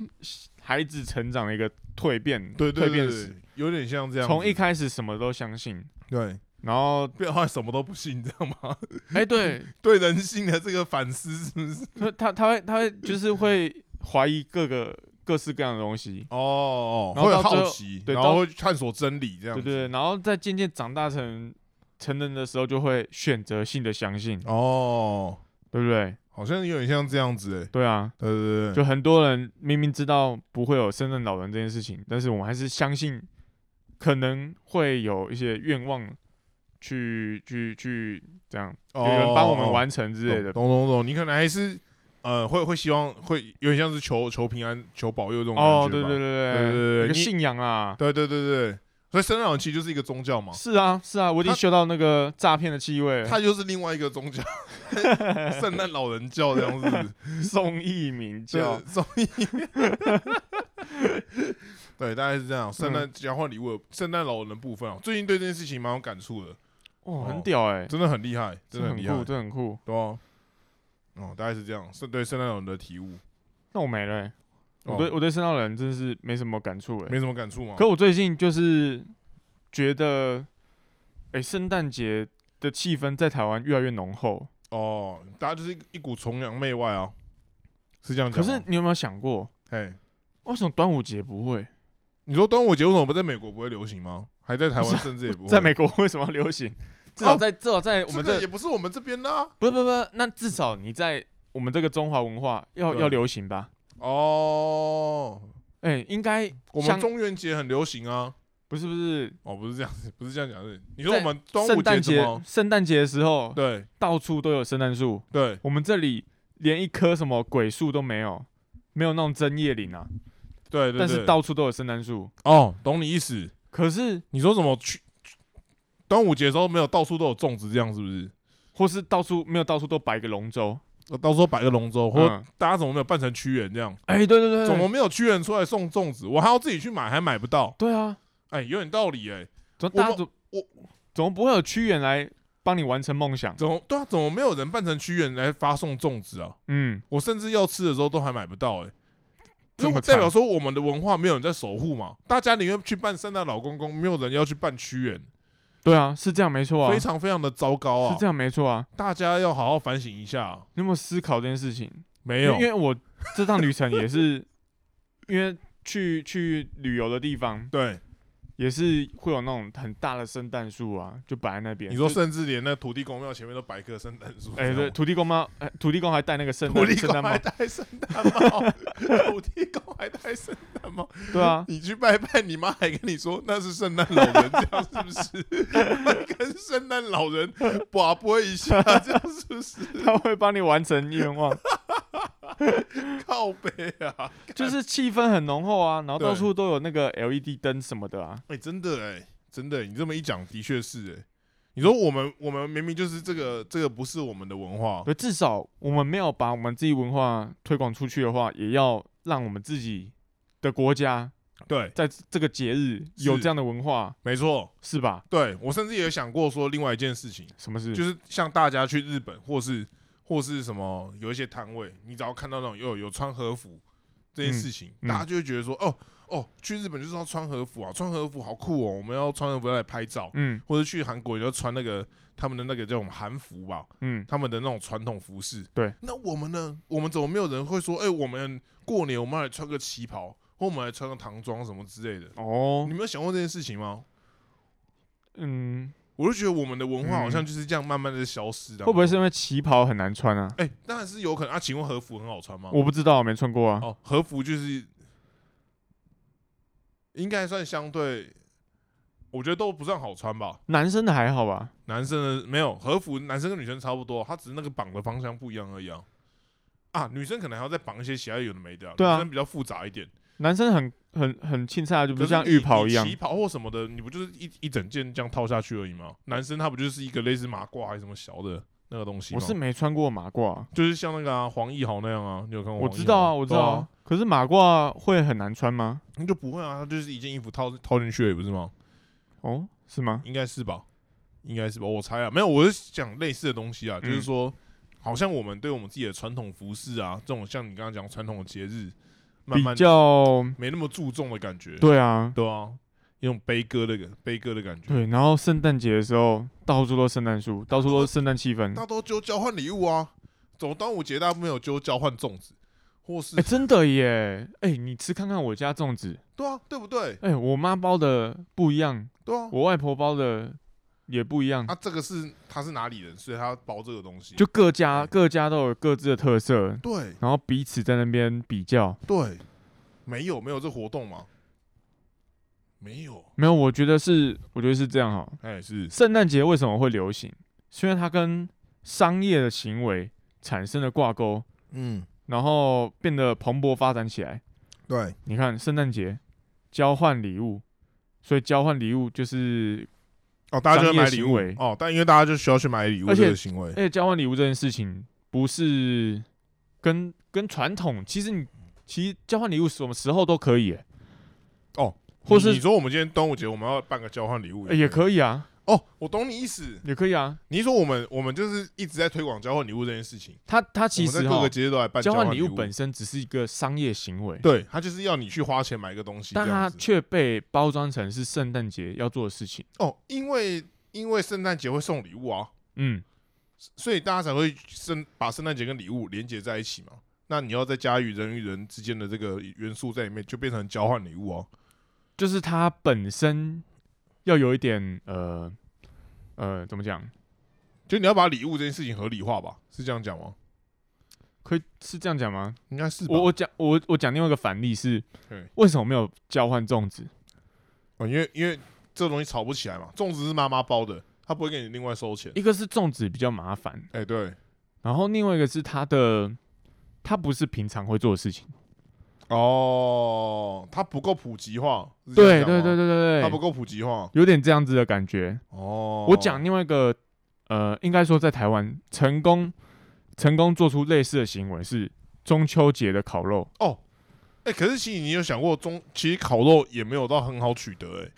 Speaker 2: 孩子成长的一个蜕变，
Speaker 1: 对对
Speaker 2: 蜕变
Speaker 1: 对
Speaker 2: 史
Speaker 1: 对，有点像这样子。
Speaker 2: 从一开始什么都相信，
Speaker 1: 对，
Speaker 2: 然后
Speaker 1: 变后来什么都不信，你知道吗？
Speaker 2: 哎、对，
Speaker 1: 对人性的这个反思是不是？
Speaker 2: 他他他会他会就是会怀疑各个各式各样的东 西，
Speaker 1: 哦，
Speaker 2: 然
Speaker 1: 会
Speaker 2: 后
Speaker 1: 有
Speaker 2: 到最
Speaker 1: 好
Speaker 2: 后
Speaker 1: 奇，
Speaker 2: 对
Speaker 1: 然
Speaker 2: 到
Speaker 1: 后会探索真理这样
Speaker 2: 对
Speaker 1: 子。
Speaker 2: 对，对然后再渐渐长大成成人的时候，就会选择性的相信，
Speaker 1: 哦，
Speaker 2: 对不对？
Speaker 1: 好像有点像这样子哎、
Speaker 2: 对啊，
Speaker 1: 对对对对，
Speaker 2: 就很多人明明知道不会有圣诞老人这件事情，但是我们还是相信可能会有一些愿望去去去这样，有人帮我们完成之
Speaker 1: 之
Speaker 2: 类的，
Speaker 1: 哦懂懂懂，你可能还是呃，会会希望会有点像是求求平安、求保佑这种感觉
Speaker 2: 哦，对
Speaker 1: 吧
Speaker 2: 对对
Speaker 1: 对对对
Speaker 2: 有
Speaker 1: 你
Speaker 2: 个信仰啊。
Speaker 1: 对对对对，所以生老人其实就是一个宗教嘛，
Speaker 2: 是啊，是啊，我已经
Speaker 1: 他
Speaker 2: 嗅到那个诈骗的气味了。
Speaker 1: 它就是另外一个宗教，圣诞老人教这样子，
Speaker 2: 宋轶名
Speaker 1: 就
Speaker 2: 叫，
Speaker 1: 所以， 对，大概是这样。圣
Speaker 2: 嗯
Speaker 1: 诞交换礼物的，圣诞老人的部分啊，最近对这件事情蛮有感触的，
Speaker 2: 哦，
Speaker 1: 哦
Speaker 2: 很屌哎、
Speaker 1: 真的很厉害，真的
Speaker 2: 很
Speaker 1: 很厉害
Speaker 2: 酷，，这很酷。
Speaker 1: 对啊，哦，大概是这样，是对圣诞老人的体悟，
Speaker 2: 那我没了欸、我
Speaker 1: 哦
Speaker 2: 对我对圣诞老人真的是没什么感触哎、
Speaker 1: 没什么感触吗？
Speaker 2: 可我最近就是觉得，哎、圣诞节的气氛在台湾越来越浓厚。
Speaker 1: 哦，大家就是一一股崇洋媚外啊，是这样
Speaker 2: 可
Speaker 1: 讲吗。
Speaker 2: 是你有没有想过，
Speaker 1: 哎，
Speaker 2: 为什么端午节不会？
Speaker 1: 你说端午节为什么在美国不会流行吗？还在台湾甚至也不会，
Speaker 2: 啊在美国为什么要流行？至少在、至少在我
Speaker 1: 这
Speaker 2: 们
Speaker 1: 个
Speaker 2: 这，
Speaker 1: 也不是我们这边的啊。
Speaker 2: 不不不，那至少你在我们这个中华文化要
Speaker 1: 对
Speaker 2: 要流行吧？
Speaker 1: 哦，
Speaker 2: 哎、应该
Speaker 1: 我们
Speaker 2: 像
Speaker 1: 中元节很流行啊。
Speaker 2: 不是不是
Speaker 1: 哦，不是这样子，不是这样讲的。你说
Speaker 2: 在
Speaker 1: 我们端
Speaker 2: 圣
Speaker 1: 午
Speaker 2: 诞
Speaker 1: 什
Speaker 2: 节
Speaker 1: 么？
Speaker 2: 圣诞节的时候，
Speaker 1: 对
Speaker 2: 到处都有圣诞树，
Speaker 1: 对，
Speaker 2: 我们这里连一棵什么鬼树都没有，没有那种针叶林啊，
Speaker 1: 对对对，
Speaker 2: 但是到处都有圣诞树。
Speaker 1: 哦，懂你意思。
Speaker 2: 可是
Speaker 1: 你说什么去端午节的时候没有到处都有粽子，这样是不是？
Speaker 2: 或是到处没有，到处都摆一个龙舟，
Speaker 1: 呃到时候摆个龙舟，或者
Speaker 2: 嗯，
Speaker 1: 大家怎么没有扮成屈原这样？
Speaker 2: 哎、对对对，对
Speaker 1: 怎么没有屈原出来送粽子？我还要自己去买，还买不到。
Speaker 2: 对啊？
Speaker 1: 哎，有点道理哎、
Speaker 2: 怎么
Speaker 1: 我
Speaker 2: 大家
Speaker 1: 们
Speaker 2: 怎
Speaker 1: 我
Speaker 2: 怎么不会有屈原来帮你完成梦想？
Speaker 1: 怎么对啊？怎么没有人扮成屈原来发送粽子啊？
Speaker 2: 嗯，
Speaker 1: 我甚至要吃的时候都还买不到哎、
Speaker 2: 这
Speaker 1: 就
Speaker 2: 么惨
Speaker 1: 代表说我们的文化没有人在守护嘛？大家宁愿去扮圣诞老公公，没有人要去扮屈原，
Speaker 2: 对啊，是这样没错啊，
Speaker 1: 非常非常的糟糕啊
Speaker 2: 是这！样没错啊。
Speaker 1: 大家要好好反省一下啊、
Speaker 2: 你有没有思考这件事情？
Speaker 1: 没有
Speaker 2: 因为因为我这趟旅程也是 因为去去旅游的地方
Speaker 1: 对，
Speaker 2: 也是会有那种很大的圣诞树啊，就摆在那边。
Speaker 1: 你说
Speaker 2: 就
Speaker 1: 甚至连那土地公庙前面都摆一棵圣诞树，
Speaker 2: 哎、
Speaker 1: 这
Speaker 2: 对，
Speaker 1: 样
Speaker 2: 土地公吗？哎土地公还戴那个圣
Speaker 1: 土
Speaker 2: 诞
Speaker 1: 地
Speaker 2: 圣
Speaker 1: 公
Speaker 2: 诞帽
Speaker 1: 还，戴圣诞帽， 土地公还戴圣诞 帽，
Speaker 2: 对啊，
Speaker 1: 你去拜拜，你妈还跟你说那是圣诞老人，这样是不是？跟圣诞老人把播一下，这样是不是？
Speaker 2: 他会帮你完成愿 望，
Speaker 1: 靠背啊！
Speaker 2: 就是气氛很浓厚啊，然后到
Speaker 1: 对
Speaker 2: 处都有那个 LED 灯什么的啊，
Speaker 1: 哎、真的哎、真的、你这么一讲，的确是哎、你说我们我们明明就是这个这个不是我们的文化，
Speaker 2: 对，至少我们没有把我们自己文化推广出去的话，也要让我们自己的国家
Speaker 1: 对，
Speaker 2: 在这个节日有这样的文化，
Speaker 1: 没错，
Speaker 2: 是吧？
Speaker 1: 对我甚至也想过说另外一件事情，
Speaker 2: 什么事？
Speaker 1: 就是像大家去日本或是或是什么有一些摊位，你只要看到那种有有穿和服这件事情，
Speaker 2: 嗯嗯
Speaker 1: 大家就会觉得说哦哦，去日本就是要穿和服啊，穿和服好酷哦，我们要穿和服来拍照，
Speaker 2: 嗯
Speaker 1: 或者去韩国也要穿那个他们的那个叫什么韩服吧，
Speaker 2: 嗯，
Speaker 1: 他们的那种传统服饰。
Speaker 2: 对，
Speaker 1: 那我们呢？我们怎么没有人会说，哎、我们过年我们来穿个旗袍，或我们来穿个唐装什么之类的？
Speaker 2: 哦
Speaker 1: 你，没有想过这件事情吗？
Speaker 2: 嗯，
Speaker 1: 我就觉得我们的文化好像
Speaker 2: 嗯
Speaker 1: 就是这样慢慢的消失的。
Speaker 2: 会不会是因为旗袍很难穿啊？
Speaker 1: 哎、当然是有可能啊。请问和服很好穿吗？
Speaker 2: 我不知道，没穿过啊。
Speaker 1: 哦，和服就是应该算相对，我觉得都不算好穿吧。
Speaker 2: 男生的还好吧？
Speaker 1: 男生的没有和服，男生跟女生差不多，他只是那个绑的方向不一样而已啊。啊，女生可能还要再绑一些其他有的没的、
Speaker 2: 对啊
Speaker 1: 女生比较复杂一点，
Speaker 2: 男生很很很轻菜，就不
Speaker 1: 可
Speaker 2: 是
Speaker 1: 是
Speaker 2: 像
Speaker 1: 你
Speaker 2: 浴袍
Speaker 1: 你
Speaker 2: 一样
Speaker 1: 旗。袍或什么的，你不就是一一整件这样套下去而已吗？男生他不就是一个类似马褂还是什么小的那个东西
Speaker 2: 我
Speaker 1: 吗？
Speaker 2: 是没穿过马褂，
Speaker 1: 就是像那个、啊、黄奕豪那样啊，你有看过
Speaker 2: 我
Speaker 1: 黄奕豪吗？
Speaker 2: 知道啊，我知道
Speaker 1: 对啊
Speaker 2: 啊。可是马褂会很难穿吗？
Speaker 1: 那就不会啊，他就是一件衣服套套进去而已，不是吗？
Speaker 2: 哦，是吗？
Speaker 1: 应该是吧，应该是吧，我猜啊，没有，我是讲类似的东西啊，就是
Speaker 2: 嗯
Speaker 1: 说，好像我们对我们自己的传统服饰啊，这种像你刚刚讲传统的节日，慢慢
Speaker 2: 比较
Speaker 1: 没那么注重的感觉，
Speaker 2: 对啊，
Speaker 1: 对啊，一种悲歌的感悲歌的感觉，
Speaker 2: 对，然后圣诞节的时候，到处都是圣诞树，到处都是圣诞气氛
Speaker 1: 大。家都揪交换礼物啊，走端午节大部分有揪交换粽子，或是、
Speaker 2: 哎、真的耶！哎、你吃看看我家粽子，
Speaker 1: 对啊，对不对？
Speaker 2: 哎、我妈包的不一样，
Speaker 1: 对啊，
Speaker 2: 我外婆包的也不一样，
Speaker 1: 啊，这个是他是哪里人，所以他包这个东西，
Speaker 2: 就各家各家都有各自的特色，
Speaker 1: 对
Speaker 2: 然后彼此在那边比较。
Speaker 1: 对，没有没有这活动吗？没有，
Speaker 2: 没有，我觉得是，我觉得是这样哈。
Speaker 1: 哎、是
Speaker 2: 圣诞节为什么会流行？是因为它跟商业的行为产生了挂钩，
Speaker 1: 嗯，
Speaker 2: 然后变得蓬勃发展起来。
Speaker 1: 对，
Speaker 2: 你看圣诞节交换礼物，所以交换礼物就是，
Speaker 1: 哦，大家就会
Speaker 2: 商业
Speaker 1: 买礼
Speaker 2: 行
Speaker 1: 物
Speaker 2: 为
Speaker 1: 哦，但因为大家就需要去买礼物
Speaker 2: 而且哎
Speaker 1: 这个行为
Speaker 2: 而，且交换礼物这件事情不是跟跟传统，其实你其实交换礼物什么时候都可以、欸
Speaker 1: 哦，
Speaker 2: 或
Speaker 1: 你你
Speaker 2: 是、
Speaker 1: 说我们今天端午节我们要办个交换礼物
Speaker 2: 欸也
Speaker 1: 以
Speaker 2: 可以啊，
Speaker 1: 哦，我懂你意思。
Speaker 2: 也可以啊。
Speaker 1: 你说我们我们就是一直在推广交换礼物这件事情，
Speaker 2: 它它
Speaker 1: 我
Speaker 2: 其
Speaker 1: 们在
Speaker 2: 实
Speaker 1: 各
Speaker 2: 哈
Speaker 1: 个，节日都来办
Speaker 2: 交
Speaker 1: 换
Speaker 2: 换礼
Speaker 1: 物
Speaker 2: 物本身只是一个商业行为，
Speaker 1: 对，他就是要你去花钱买一个东西这
Speaker 2: 但它
Speaker 1: 样子。
Speaker 2: 却被包装成是圣诞节要做的事情。
Speaker 1: 哦，因为因为圣诞节会送礼物啊，
Speaker 2: 嗯，
Speaker 1: 所以大家才会圣把圣诞节跟礼物连接在一起嘛。那你要再加与人与人之间的这个元素在里面，就变成交换礼物哦、
Speaker 2: 就是它本身要有一点呃呃怎么讲？
Speaker 1: 就你要把礼物这件事情合理化吧，是这样讲吗？
Speaker 2: 可以是这样讲吗？
Speaker 1: 应该是吧
Speaker 2: 我我讲我我讲另外一个反例是
Speaker 1: 对，
Speaker 2: 为什么没有交换粽子？
Speaker 1: 哦，因为因为这个东西炒不起来嘛，粽子是妈妈包的，她不会给你另外收钱。
Speaker 2: 一个是粽子比较麻烦，
Speaker 1: 哎、对，
Speaker 2: 然后另外一个是它的它不是平常会做的事情。
Speaker 1: 哦，它不够普及化。是这
Speaker 2: 对
Speaker 1: 样讲
Speaker 2: 对
Speaker 1: 吗
Speaker 2: 对对，对
Speaker 1: 它不
Speaker 2: 对，
Speaker 1: 够普及化。
Speaker 2: 有点这样子的感觉。
Speaker 1: 哦，
Speaker 2: 我讲另外一个，呃，应该说在台湾成功成功做出类似的行为是中秋节的烤肉，
Speaker 1: 哦，哎、可是其实你有想过中，其实烤肉也没有到很好取得、哎，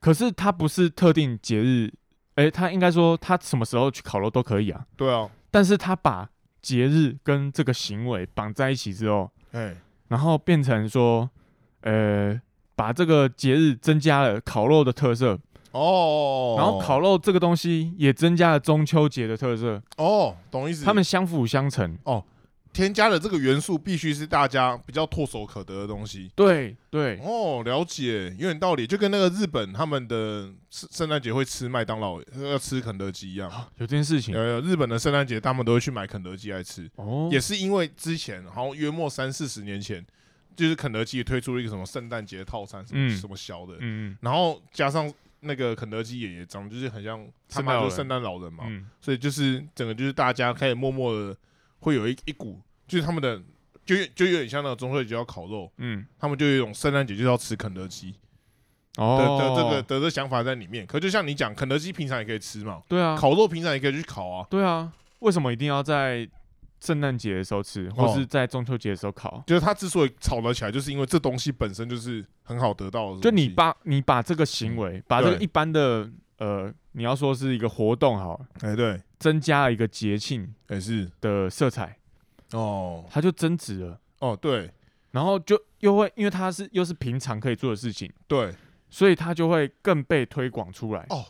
Speaker 2: 可是它不是特定节日，诶，它应该说它什么时候去烤肉都可以啊，
Speaker 1: 对啊，
Speaker 2: 但是它把节日跟这个行为绑在一起之后，
Speaker 1: 哎、
Speaker 2: 然后变成说，呃，把这个节日增加了烤肉的特色，
Speaker 1: 哦，
Speaker 2: 然后烤肉这个东西也增加了中秋节的特色，
Speaker 1: 哦，懂意思。
Speaker 2: 他们相辅相成。
Speaker 1: 添加的这个元素必须是大家比较唾手可得的东西。
Speaker 2: 对对，
Speaker 1: 哦，了解，有点道理，就跟那个日本他们的圣圣诞节会吃麦当劳、要吃肯德基一样。
Speaker 2: 有这件事情
Speaker 1: 有有，日本的圣诞节他们都会去买肯德基来吃，
Speaker 2: 哦，
Speaker 1: 也是因为之前好像约莫三四十年前，就是肯德基推出了一个什么圣诞节套餐，什么、
Speaker 2: 嗯
Speaker 1: 什么小的，
Speaker 2: 嗯
Speaker 1: 然后加上那个肯德基爷爷长得就是很像他
Speaker 2: 圣诞
Speaker 1: 妈
Speaker 2: 老
Speaker 1: 就
Speaker 2: 人
Speaker 1: 是圣诞老人嘛，
Speaker 2: 嗯
Speaker 1: 所以就是整个就是大家开始默默的会有一一股，就是他们的就有就有点像那个中秋节要烤肉，
Speaker 2: 嗯
Speaker 1: 他们就有一种圣诞节就是要吃肯德基的的
Speaker 2: 哦，
Speaker 1: 这个的这想法在里面。可就像你讲，肯德基平常也可以吃嘛，
Speaker 2: 对啊，
Speaker 1: 烤肉平常也可以去烤啊，
Speaker 2: 对啊，为什么一定要在圣诞节的时候吃，或
Speaker 1: 哦
Speaker 2: 是在中秋节的时候烤？
Speaker 1: 就是它之所以炒得起来，就是因为这东西本身就是很好得到的东西。嗯
Speaker 2: 就你把你把这个行为，把这个一般的呃，你要说是一个活动好了，
Speaker 1: 哎对，
Speaker 2: 增加了一个节庆
Speaker 1: 也是
Speaker 2: 的色彩，
Speaker 1: 哦
Speaker 2: 它就增值了。
Speaker 1: 哦对
Speaker 2: 然后就又会，因为它是又是平常可以做的事情，
Speaker 1: 对
Speaker 2: 所以它就会更被推广出来。
Speaker 1: 哦，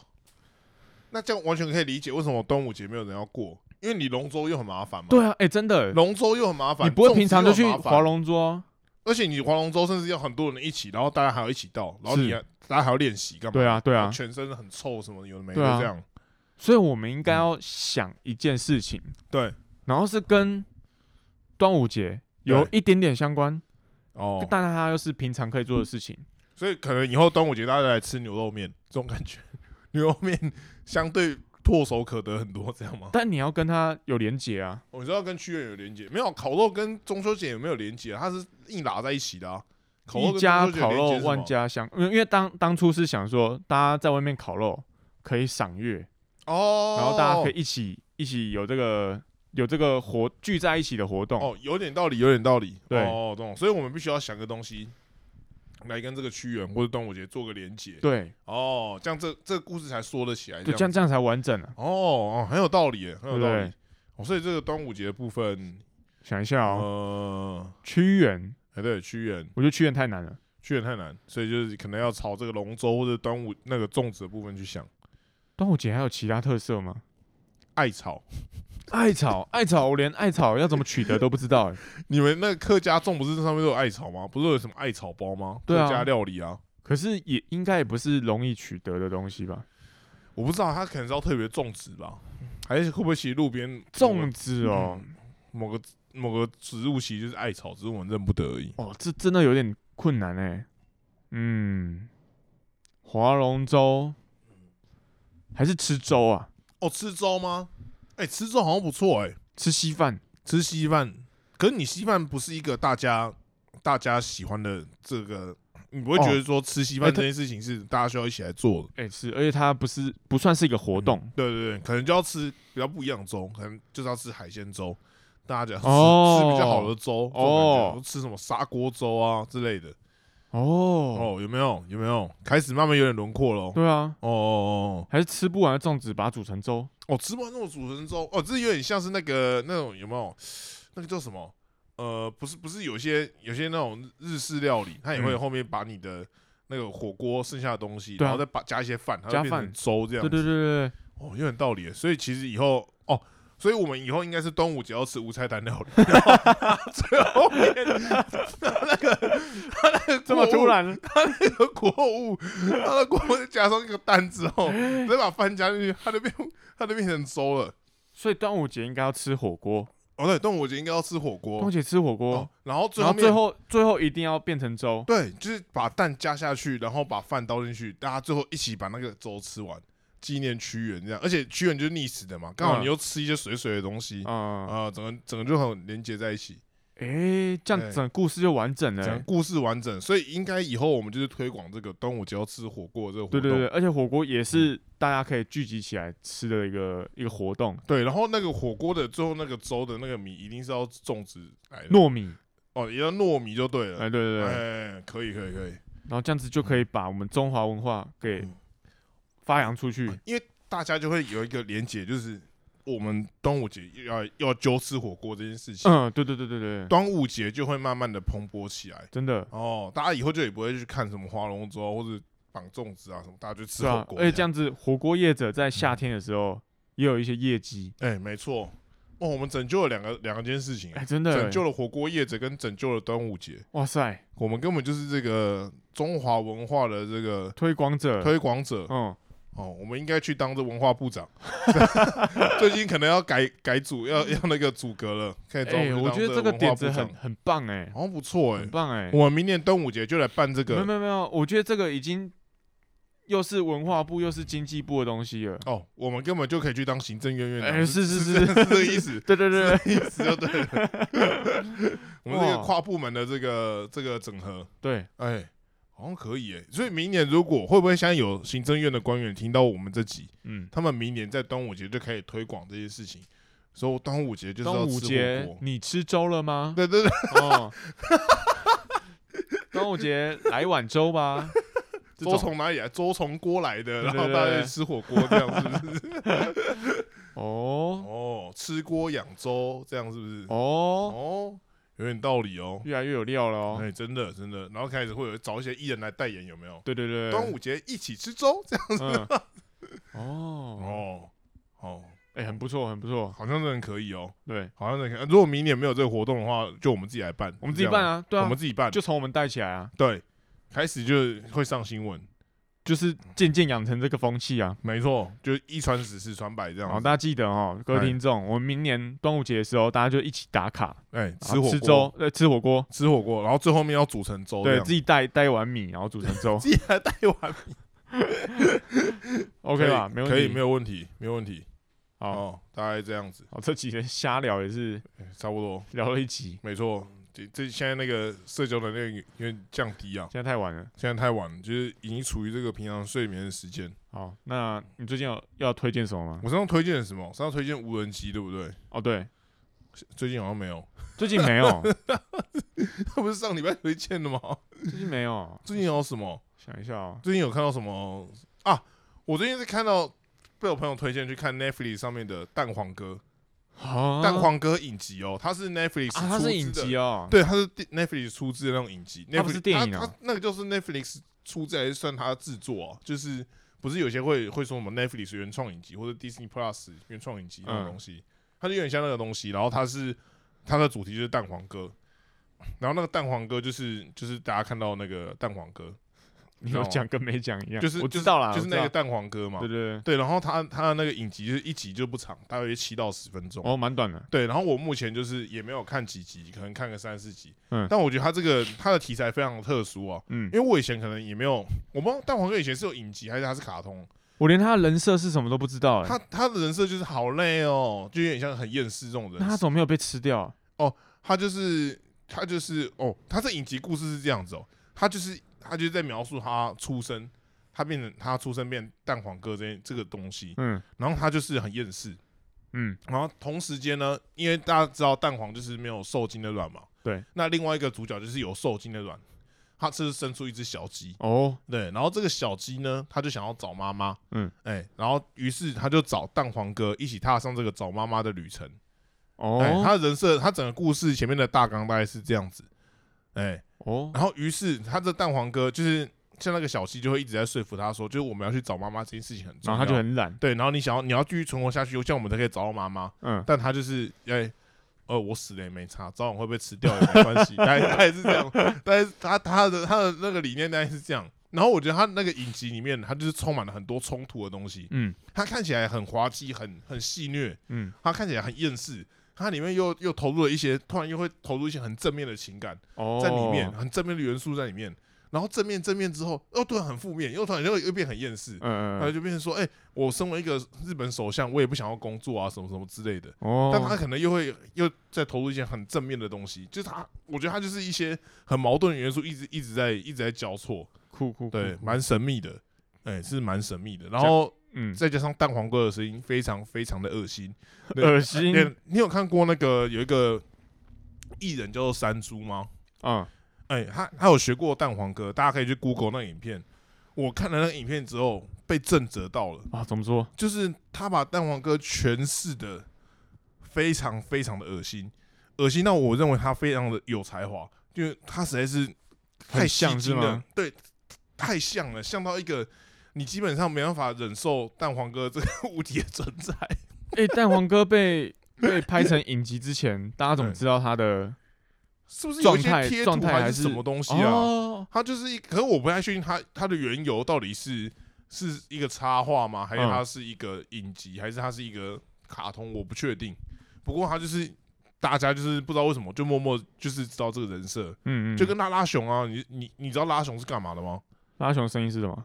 Speaker 1: 那这样完全可以理解为什么端午节没有人要过，因为你龙舟又很麻烦嘛。
Speaker 2: 对啊，哎、真的，
Speaker 1: 龙舟又很麻烦，
Speaker 2: 你不会
Speaker 1: 粽子
Speaker 2: 平常
Speaker 1: 又
Speaker 2: 就
Speaker 1: 很
Speaker 2: 去
Speaker 1: 麻烦
Speaker 2: 划龙舟啊？
Speaker 1: 而且你划龙舟甚至要很多人一起，然后大家还要一起到，然后
Speaker 2: 是
Speaker 1: 你还大家还要练习干嘛？
Speaker 2: 对啊，对啊，
Speaker 1: 全身很臭什么的有的没的
Speaker 2: 对啊
Speaker 1: 这样。
Speaker 2: 所以我
Speaker 1: 嗯
Speaker 2: 们应该要想一件事情，
Speaker 1: 对，
Speaker 2: 然后是
Speaker 1: 嗯
Speaker 2: 跟端午节有一点点相关，
Speaker 1: 哦，嗯
Speaker 2: 但它又是平常可以做的事情。
Speaker 1: 所以可能以后端午节大家来吃牛肉面这种感觉， 牛肉面相对唾手可得很多，这样吗？
Speaker 2: 但你要跟它有连结啊，
Speaker 1: 我知道跟屈原有连接，没有烤肉跟中秋节有没有连接啊？它是硬拉在一起的啊。烤肉
Speaker 2: 一
Speaker 1: 跟
Speaker 2: 家
Speaker 1: 中秋节
Speaker 2: 烤
Speaker 1: 有
Speaker 2: 肉
Speaker 1: 连接是什么
Speaker 2: 万家香，因为因为当当初是想说，大家在外面烤肉可以赏月，
Speaker 1: 哦，
Speaker 2: 然后大家可以一起一起有这个有这个活聚在一起的活动。
Speaker 1: 哦，有点道理，有点道理。
Speaker 2: 对
Speaker 1: 哦，懂。所以我们必须要想个东西来跟这个屈原或者端午节做个连接。
Speaker 2: 对
Speaker 1: 哦，这样这这个故事才说得起来。
Speaker 2: 对，
Speaker 1: 这
Speaker 2: 这样
Speaker 1: 样子
Speaker 2: 这样才完整啊。
Speaker 1: 哦哦，很有道理耶，很有
Speaker 2: 对不
Speaker 1: 道
Speaker 2: 对
Speaker 1: 理。哦，所以这个端午节的部分，
Speaker 2: 想一下哦，
Speaker 1: 呃，
Speaker 2: 屈原，
Speaker 1: 哎对，屈原，
Speaker 2: 我觉得屈原太难了。
Speaker 1: 屈原太难，所以就是可能要朝这个龙舟或者端午那个粽子的部分去想。
Speaker 2: 端午节还有其他特色吗？
Speaker 1: 艾草，
Speaker 2: 艾草，艾草，我连艾草要怎么取得都不 知道、欸。
Speaker 1: 你们那个客家粽不是上面都有艾草吗？不是有什么艾草包吗？
Speaker 2: 对啊
Speaker 1: 客家料理啊，
Speaker 2: 可是也应该也不是容易取得的东西吧？
Speaker 1: 我不知道，它可能是要特别种植吧，还是会不会其实路边
Speaker 2: 粽子哦，
Speaker 1: 嗯某个某个植物其实就是艾草，只是我们认不得而已。
Speaker 2: 哦，这真的有点困难哎、嗯，划龙舟还是吃粥啊？
Speaker 1: 哦，吃粥吗？哎、吃粥好像不错哎、
Speaker 2: 吃稀饭？
Speaker 1: 吃稀饭，可是你稀饭不是一个大家大家喜欢的这个，你不会
Speaker 2: 哦
Speaker 1: 觉得说吃稀
Speaker 2: 哎
Speaker 1: 饭
Speaker 2: 它
Speaker 1: 这件事情是大家需要一起来做的？
Speaker 2: 哎、是，而且它不是不算是一个活动
Speaker 1: 对对对，可能就要吃比较不一样的粥，可能就是要吃海鲜粥，大家就要吃、
Speaker 2: 哦
Speaker 1: 吃比较好的粥，
Speaker 2: 哦
Speaker 1: 哦，吃什么砂锅粥啊之类的。
Speaker 2: 哦。
Speaker 1: 哦，有没有？有没有？开始慢慢有点轮廓了哦。
Speaker 2: 对啊，
Speaker 1: 哦哦
Speaker 2: 还是吃不完的粽子把它煮成粥。
Speaker 1: 哦，哦，吃完那种煮成粥，哦，这有点像是那个那种有没有？那个叫什么？呃，不是不是，有些有些那种日式料理，它也会
Speaker 2: 嗯
Speaker 1: 后面把你的那个火锅剩下的东西，
Speaker 2: 对啊
Speaker 1: 然后再把加一些饭，它
Speaker 2: 加
Speaker 1: 就变成
Speaker 2: 饭
Speaker 1: 粥这样
Speaker 2: 对
Speaker 1: 子。
Speaker 2: 对对对对，
Speaker 1: 哦，有点道理耶。所以其实以后哦，所以我们以后应该是端午节要吃无菜单料理。 然后最后面 他那个他那个
Speaker 2: 这么
Speaker 1: 果物
Speaker 2: 突 然，
Speaker 1: 和果物，它的果物加上一个蛋之 后，再把饭加进去，它就变它就变成粥了。
Speaker 2: 所以端午节应该要吃火锅。
Speaker 1: 哦，对，端午节应该要吃火锅
Speaker 2: 而，且吃火锅
Speaker 1: 哦，然后最
Speaker 2: 然
Speaker 1: 后
Speaker 2: 后最
Speaker 1: 面
Speaker 2: 后最后一定要变成粥，
Speaker 1: 对，就是把蛋加下去，然后把饭倒进去，大家最后一起把那个粥吃完，纪念屈原这样。而且屈原就是溺死的嘛，刚好
Speaker 2: 嗯
Speaker 1: 你又吃一些水水的东西，
Speaker 2: 嗯，
Speaker 1: 啊、整个整个就很连接在一起，
Speaker 2: 诶，这
Speaker 1: 对
Speaker 2: 样整故事就完整了、欸
Speaker 1: 整个故事完整。所以应该以后我们就是推广这个端午节要吃火锅的这个活
Speaker 2: 对
Speaker 1: 动。嗯
Speaker 2: 对对，而且火锅也是大家可以聚集起来吃的一个一个活动，
Speaker 1: 对然后那个火锅的最后那个粥的那个米一定是要种植来的，
Speaker 2: 糯米，
Speaker 1: 哦，也要糯米就对了。
Speaker 2: 哎，对对对，
Speaker 1: 哎，可以可以可以，
Speaker 2: 然后这样子就可以把我们中华文化给
Speaker 1: 嗯哎
Speaker 2: 发扬出去，
Speaker 1: 因为大家就会有一个连结，就是我们端午节要要揪吃火锅这件事情。
Speaker 2: 嗯，对对对对对，
Speaker 1: 端午节就会慢慢的蓬勃起来
Speaker 2: 真的
Speaker 1: 哦，大家以后就也不会去看什么花龙舟啊或者绑粽子啊什么，大家就吃
Speaker 2: 是
Speaker 1: 火
Speaker 2: 啊，
Speaker 1: 锅。嗯
Speaker 2: 而且这，样子火锅业者在夏天的时候也有一些业绩，
Speaker 1: 哎、没错，哦，我们拯救了两个两件事情、
Speaker 2: 哎，真的
Speaker 1: 嗯拯
Speaker 2: 欸，
Speaker 1: 救了火锅业者跟拯救了端午节，
Speaker 2: 哇塞，
Speaker 1: 我们根本就是这个中华文化的这个
Speaker 2: 推广者，
Speaker 1: 推广者
Speaker 2: 嗯，
Speaker 1: 哦，我们应该去当这文化部长， 最近可能要改改组，要要那个组阁了，可以找
Speaker 2: 哎，
Speaker 1: 们
Speaker 2: 我
Speaker 1: 去当
Speaker 2: 觉得这个
Speaker 1: 文化
Speaker 2: 点
Speaker 1: 部
Speaker 2: 子很
Speaker 1: 长
Speaker 2: 很棒哎，
Speaker 1: 好像不错哎、
Speaker 2: 很棒哎，
Speaker 1: 我们明年端午节就来办这
Speaker 2: 没有
Speaker 1: 个
Speaker 2: 没有没有，我觉得这个已经又是文化部又是经济部的东西了。
Speaker 1: 哦，我们根本就可以去当行政院院长，
Speaker 2: 哎是是
Speaker 1: 啊是
Speaker 2: 是
Speaker 1: 是这个意思，
Speaker 2: 对对对对
Speaker 1: 意思就对了。 我们这个
Speaker 2: 哇
Speaker 1: 跨部门的这个这个整合，
Speaker 2: 对，
Speaker 1: 哎，好像可以哎、所以明年如果会不会现在有行政院的官员听到我们这集，
Speaker 2: 嗯，
Speaker 1: 他们明年在端午节就可以推广这些事情，说端午节就是
Speaker 2: 端
Speaker 1: 要
Speaker 2: 午
Speaker 1: 吃火
Speaker 2: 节
Speaker 1: 锅。
Speaker 2: 你吃粥了吗？
Speaker 1: 对对对，
Speaker 2: 哦，端午节来碗粥 吧。这
Speaker 1: 粥
Speaker 2: 种
Speaker 1: 从哪里来？粥从锅来的，
Speaker 2: 对
Speaker 1: 然
Speaker 2: 对
Speaker 1: 后大家
Speaker 2: 对
Speaker 1: 去吃火锅，这样是 不是？
Speaker 2: 哦
Speaker 1: 哦，吃锅养粥，这样是不是？
Speaker 2: 哦，
Speaker 1: 哦，有点道理哦。
Speaker 2: 越来越有料了
Speaker 1: 哎、
Speaker 2: 哦。
Speaker 1: 真的真的，然后开始会有找一些艺人来代言，有没有？
Speaker 2: 对对对，
Speaker 1: 端午节一起吃粥这样
Speaker 2: 嗯，哦，
Speaker 1: 哦哦，
Speaker 2: 哎，很不错，很不错。
Speaker 1: 好像真的很可以哦，
Speaker 2: 对，
Speaker 1: 好像真的可以。呃如果明年没有这个活动的话，就我们自己来办，
Speaker 2: 我们
Speaker 1: 是
Speaker 2: 自己
Speaker 1: 这样
Speaker 2: 办
Speaker 1: 吗，
Speaker 2: 啊，对啊
Speaker 1: 我们，自己办，
Speaker 2: 就从我们带起来啊，
Speaker 1: 对，开始就会上新闻，
Speaker 2: 就是渐渐养成这个风气啊。
Speaker 1: 没错，就一传十，十传百这
Speaker 2: 好，
Speaker 1: 样子。
Speaker 2: 大家记得哦，各
Speaker 1: 哎
Speaker 2: 位听众，我们明年端午节的时候，大家就一起打卡，
Speaker 1: 哎、
Speaker 2: 然
Speaker 1: 吃
Speaker 2: 后
Speaker 1: 火
Speaker 2: 吃
Speaker 1: 锅，
Speaker 2: 粥，呃，吃火锅，
Speaker 1: 吃火锅，然后最后面要煮成粥这
Speaker 2: 对
Speaker 1: 样，
Speaker 2: 自己带带一碗米，然后煮成 粥
Speaker 1: 自己来带完
Speaker 2: ，OK 吧？没问题，
Speaker 1: 可以，没有问题，没有问题。
Speaker 2: 好。
Speaker 1: 哦，大概这样子，
Speaker 2: 好，这几天瞎聊也是
Speaker 1: 哎差不多，
Speaker 2: 聊了一集，
Speaker 1: 没错。这这现在那个社交能力有点降低啊，
Speaker 2: 现在太晚了。
Speaker 1: 现在太晚了，就是已经处于这个平常睡眠的时间。
Speaker 2: 好，那你最近有要推荐什么吗？
Speaker 1: 我上次推荐了什么？上次推荐无人机，对不对？
Speaker 2: 哦，对，
Speaker 1: 最近好像没有，
Speaker 2: 最近没有，
Speaker 1: 那不是上礼拜推荐的吗？
Speaker 2: 最近没有。
Speaker 1: 最近有什么？
Speaker 2: 想一下哦，
Speaker 1: 最近有看到什么啊？我最近是看到被我朋友推荐去看 Netflix 上面的《蛋黄哥》
Speaker 2: 啊
Speaker 1: 蛋黄哥》影集哦，它是 Netflix
Speaker 2: 啊，它
Speaker 1: 出资
Speaker 2: 是
Speaker 1: 的
Speaker 2: 影集哦。
Speaker 1: 对，它是 Netflix 出资的那种影集，
Speaker 2: 它不是电影
Speaker 1: 啊
Speaker 2: 啊，
Speaker 1: 它那个就是 Netflix 出资还是算它的制作、啊，就是不是有些会会说什么 Netflix 原创影集或者 Disney Plus 原创影集那种
Speaker 2: 嗯
Speaker 1: 东西，它就有点像那个东西，然后它是它的主题就是蛋黄哥，然后那个蛋黄哥就是就是大家看到那个蛋黄哥，
Speaker 2: 你有
Speaker 1: 哦
Speaker 2: 讲跟没讲一样，
Speaker 1: 就是
Speaker 2: 我知道啦，
Speaker 1: 就是那
Speaker 2: 我
Speaker 1: 个
Speaker 2: 知
Speaker 1: 蛋黄哥嘛
Speaker 2: 道，对，对对，
Speaker 1: 对，然后他他的那个影集就是一集就不长，大约七到十分钟，
Speaker 2: 哦，蛮短的，
Speaker 1: 对，然后我目前就是也没有看几集，可能看个三四集。
Speaker 2: 嗯
Speaker 1: 但我觉得它这个它的题材非常特殊啊，
Speaker 2: 嗯
Speaker 1: 因，为我以前可能也没有，我不知道蛋黄哥以前是有影集还是他是卡通，
Speaker 2: 我连他的人设是什么都不知道，哎
Speaker 1: 他，他的人设就是好累哦，就有点像很厌世这种
Speaker 2: 那
Speaker 1: 人
Speaker 2: 他
Speaker 1: 设。
Speaker 2: 怎么没有被吃掉？啊
Speaker 1: 他就是他就是哦，他这影集故事是这样子哦，他就是他就是在描述他出生，他变成他出生变蛋黄哥这这个东西，
Speaker 2: 嗯
Speaker 1: 然后他就是很厌世，
Speaker 2: 嗯，
Speaker 1: 然后同时间呢，因为大家知道蛋黄就是没有受精的卵嘛，
Speaker 2: 对。
Speaker 1: 那另外一个主角就是有受精的卵，他是生出一只小鸡，
Speaker 2: 哦，
Speaker 1: 对。然后这个小鸡呢，他就想要找妈妈，
Speaker 2: 嗯，
Speaker 1: 哎、然后于是他就找蛋黄哥一起踏上这个找妈妈的旅程。哎、
Speaker 2: 哦，
Speaker 1: 他的人设，他整个故事前面的大纲大概是这样子，哎、
Speaker 2: 哦，
Speaker 1: 然后于是他的蛋黄哥就是像那个小鸡就会一直在说服他说，就是我们要去找妈妈这件事情很重
Speaker 2: 然
Speaker 1: 要，
Speaker 2: 后他就很懒，
Speaker 1: 对，然后你想要你要继续存活下去，这样我们才可以找到妈妈。
Speaker 2: 嗯，
Speaker 1: 但他就是哎、呃，我死了也没差，早晚会被吃掉也没关 系，大概大概是这样。但是他他的他的那个理念大概是这样。然后我觉得他那个影集里面，他就是充满了很多冲突的东西。
Speaker 2: 嗯
Speaker 1: 他看起来很滑稽，很很戏谑，
Speaker 2: 嗯
Speaker 1: 他看起来很厌世，它里面又又投入了一些，突然又会投入一些很正面的情感
Speaker 2: 哦，
Speaker 1: 在里面，，很正面的元素在里面。然后正面正面之后，又突然很负面，又突然又又变很厌世，
Speaker 2: 嗯
Speaker 1: 然后
Speaker 2: 嗯，
Speaker 1: 就变成说，哎、我身为一个日本首相，我也不想要工作啊，什么什么之类的。
Speaker 2: 哦，
Speaker 1: 但他可能又会又在投入一些很正面的东西，就是他，我觉得他就是一些很矛盾的元素，一直一直在一直在交错，
Speaker 2: 酷酷，
Speaker 1: 对，
Speaker 2: 酷，
Speaker 1: 蛮神秘的，哎、是蛮神秘的。然后
Speaker 2: 嗯，
Speaker 1: 再加上蛋黄哥的声音非常非常的恶心，对
Speaker 2: 恶心，
Speaker 1: 你你有看过那个有一个艺人叫做山猪吗？
Speaker 2: 嗯，
Speaker 1: 哎、他他有学过蛋黄哥，大家可以去 Google 那个影片。我看了那个影片之后被震折到了，
Speaker 2: 啊，怎么说？
Speaker 1: 就是他把蛋黄哥诠释的非常非常的恶心，恶心到我认为他非常的有才华，因为他实在是太
Speaker 2: 很
Speaker 1: 吸
Speaker 2: 像是
Speaker 1: 睛了
Speaker 2: 吗？，
Speaker 1: 对，太像了，像到一个你基本上没办法忍受蛋黄哥这个物体的存在。
Speaker 2: 哎，蛋黄哥 被被拍成影集之前，大家怎么
Speaker 1: 对
Speaker 2: 知道他的
Speaker 1: 是不是有一
Speaker 2: 状
Speaker 1: 些
Speaker 2: 态
Speaker 1: 贴
Speaker 2: 状
Speaker 1: 图
Speaker 2: 态还
Speaker 1: 是什
Speaker 2: 是
Speaker 1: 么东西啊？
Speaker 2: 哦，
Speaker 1: 他就是一，可是我不太确定他他的缘由到底是是一个插画吗？还是
Speaker 2: 嗯
Speaker 1: 它是一个影集？还是它是一个卡通？我不确定。不过他就是大家就是不知道为什么就默默就是知道这个人设，
Speaker 2: 嗯嗯，
Speaker 1: 就跟拉拉熊啊，你你你知道拉熊是干嘛的吗？
Speaker 2: 拉熊的声音是什么？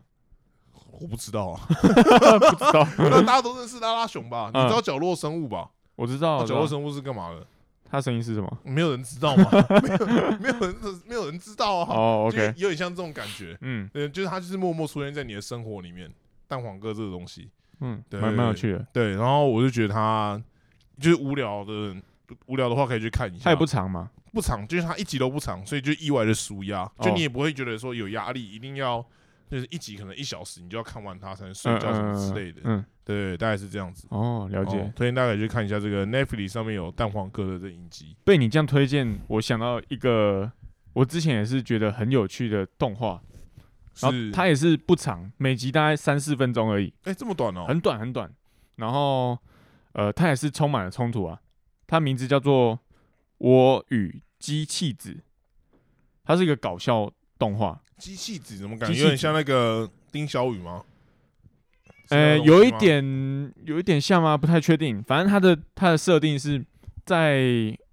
Speaker 1: 我不知道啊，
Speaker 2: 不知道，
Speaker 1: 那大家都认识拉拉熊吧？你
Speaker 2: 嗯哦啊
Speaker 1: 知道角落生物吧？
Speaker 2: 我知道，
Speaker 1: 那
Speaker 2: 我知
Speaker 1: 角
Speaker 2: 道
Speaker 1: 落生物是干嘛的？
Speaker 2: 他声音是什么？
Speaker 1: 没有人知道吗？ 没有，没有人，没有人知道啊。
Speaker 2: 哦
Speaker 1: 就
Speaker 2: ，OK，
Speaker 1: 有点像这种感觉。
Speaker 2: 嗯
Speaker 1: 嗯，就是他就是默默出现在你的生活里面，蛋黄哥这个东西。
Speaker 2: 嗯，
Speaker 1: 对
Speaker 2: 蛮
Speaker 1: 对
Speaker 2: 蛮有
Speaker 1: 对
Speaker 2: 趣的，
Speaker 1: 对，然后我就觉得他就是无聊的，无聊的话可以去看一下。
Speaker 2: 他也不长嘛，
Speaker 1: 不长，就是他一集都不长，所以就意外的舒压，
Speaker 2: 哦
Speaker 1: 就你也不会觉得说有压力，一定要就是一集可能一小时你就要看完它才能睡觉什么之类的。
Speaker 2: 嗯，
Speaker 1: 对，大概是这样子。
Speaker 2: 哦，了解
Speaker 1: 哦。推荐大家可以去看一下这个 Netflix 上面有蛋黄哥的这影集。
Speaker 2: 被你这样推荐，我想到一个，我之前也是觉得很有趣的动画，然后
Speaker 1: 是
Speaker 2: 它也是不长，每集大概三四分钟而已，
Speaker 1: 哎、这么短哦、
Speaker 2: 很短很短。然后，呃，它也是充满了冲突啊。它名字叫做《我与机器子》，它是一个搞笑动画，
Speaker 1: 机器子怎么感
Speaker 2: 机
Speaker 1: 觉
Speaker 2: 器
Speaker 1: 有点
Speaker 2: 子
Speaker 1: 像那个丁小雨吗？
Speaker 2: 呃，
Speaker 1: 是那个东
Speaker 2: 有一
Speaker 1: 西吗，
Speaker 2: 点有一点像吗？不太确定。反正它的它的设定是在，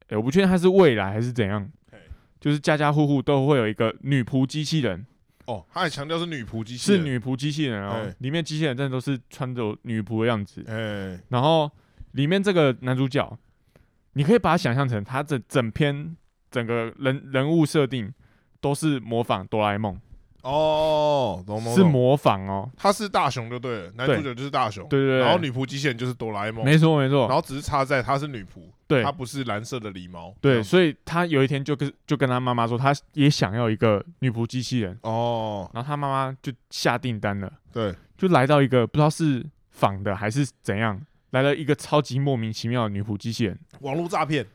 Speaker 2: 呃我不确定它是未来还是怎样
Speaker 1: 嘿，
Speaker 2: 就是家家户户都会有一个女仆机器人。
Speaker 1: 哦，他还强调是女仆机器
Speaker 2: 是
Speaker 1: 人，
Speaker 2: 女仆机器人哦
Speaker 1: 哎，
Speaker 2: 里面机器人真的都是穿着女仆的样子。
Speaker 1: 哎、
Speaker 2: 然后里面这个男主角，你可以把他想象成他这整篇整个人人物设定都是模仿哆啦 A 梦，
Speaker 1: 哦，懂懂
Speaker 2: 是
Speaker 1: 懂，
Speaker 2: 模仿哦，
Speaker 1: 他是大雄就对了，男主
Speaker 2: 对
Speaker 1: 角就是大雄，
Speaker 2: 对对对，
Speaker 1: 然后女仆机器人就是哆啦 A 梦，
Speaker 2: 没错没
Speaker 1: 然
Speaker 2: 错，
Speaker 1: 后只是差在她是女仆，
Speaker 2: 对
Speaker 1: 她不是蓝色的狸猫，这
Speaker 2: 对，
Speaker 1: 样子
Speaker 2: 所以他有一天就跟就跟他妈妈说，他也想要一个女仆机器人，
Speaker 1: 哦，
Speaker 2: 然后他妈妈就下订单了，
Speaker 1: 对，
Speaker 2: 就来到一个不知道是仿的还是怎样，来了一个超级莫名其妙的女仆机 器人，
Speaker 1: 网络诈骗，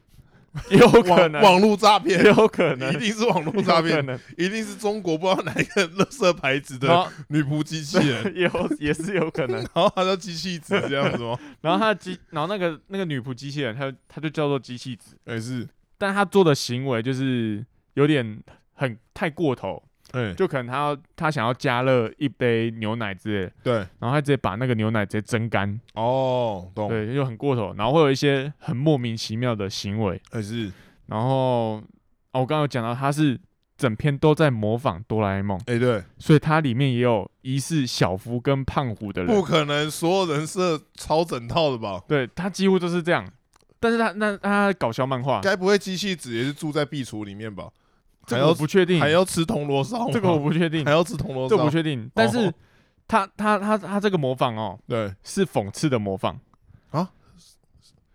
Speaker 2: 有可
Speaker 1: 网
Speaker 2: 能。
Speaker 1: 网络诈骗，
Speaker 2: 有可能
Speaker 1: 一，定是网络诈骗，
Speaker 2: 能，
Speaker 1: 一定是中国不知道哪一个垃圾牌子
Speaker 2: 然
Speaker 1: 的
Speaker 2: 后
Speaker 1: 女仆机器人，
Speaker 2: 有 也是有可 能。
Speaker 1: 然后她叫机器子这样 子吗？
Speaker 2: 然后他的机，然后那个那个女仆机器人，她她就叫做机器子，
Speaker 1: 哎、是，
Speaker 2: 但她做的行为就是有点很太过头，
Speaker 1: 哎、
Speaker 2: 就可能她要她想要加热一杯牛奶之类的，
Speaker 1: 对，
Speaker 2: 然后她直接把那个牛奶直接蒸干，
Speaker 1: 哦，懂，
Speaker 2: 对，就很过头，然后会有一些很莫名其妙的行为。
Speaker 1: 哎、是，
Speaker 2: 然后哦，我刚刚有讲到，她是整篇都在模仿哆啦 A 梦，
Speaker 1: 哎、对。
Speaker 2: 所以它里面也有疑似小夫跟胖虎的人。
Speaker 1: 不可能所有人设超整套的吧？
Speaker 2: 对他几乎都是这样，但是他那他搞笑漫画，
Speaker 1: 该不会机器子也是住在壁橱里面吧？
Speaker 2: 啊这
Speaker 1: 还
Speaker 2: 个我
Speaker 1: 要
Speaker 2: 不确定，
Speaker 1: 还要吃铜锣烧吗？
Speaker 2: 这个我不确定
Speaker 1: 还，要吃铜锣
Speaker 2: 这我不
Speaker 1: 烧？
Speaker 2: 确定。但是
Speaker 1: 哦
Speaker 2: 他他他他这个模仿哦，
Speaker 1: 对，
Speaker 2: 是讽刺的模仿
Speaker 1: 啊，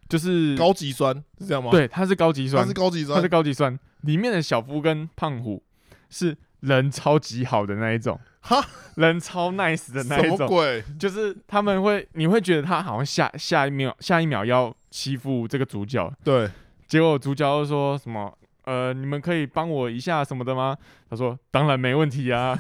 Speaker 2: 就是
Speaker 1: 高级酸是这样吗？，
Speaker 2: 对，他是高级
Speaker 1: 它
Speaker 2: 酸
Speaker 1: 是，高级
Speaker 2: 他
Speaker 1: 酸
Speaker 2: 是，高级酸，里面的小夫跟胖虎是人超级好的那一种，
Speaker 1: 哈，
Speaker 2: 人超 nice 的那
Speaker 1: 什
Speaker 2: 一
Speaker 1: 么
Speaker 2: 种，
Speaker 1: 鬼？
Speaker 2: 就是他们会你会觉得他好像下下一秒下一秒要欺负这个主角，
Speaker 1: 对，
Speaker 2: 结果主角又说什么？呃，你们可以帮我一下什么的吗？他说当然没问题啊，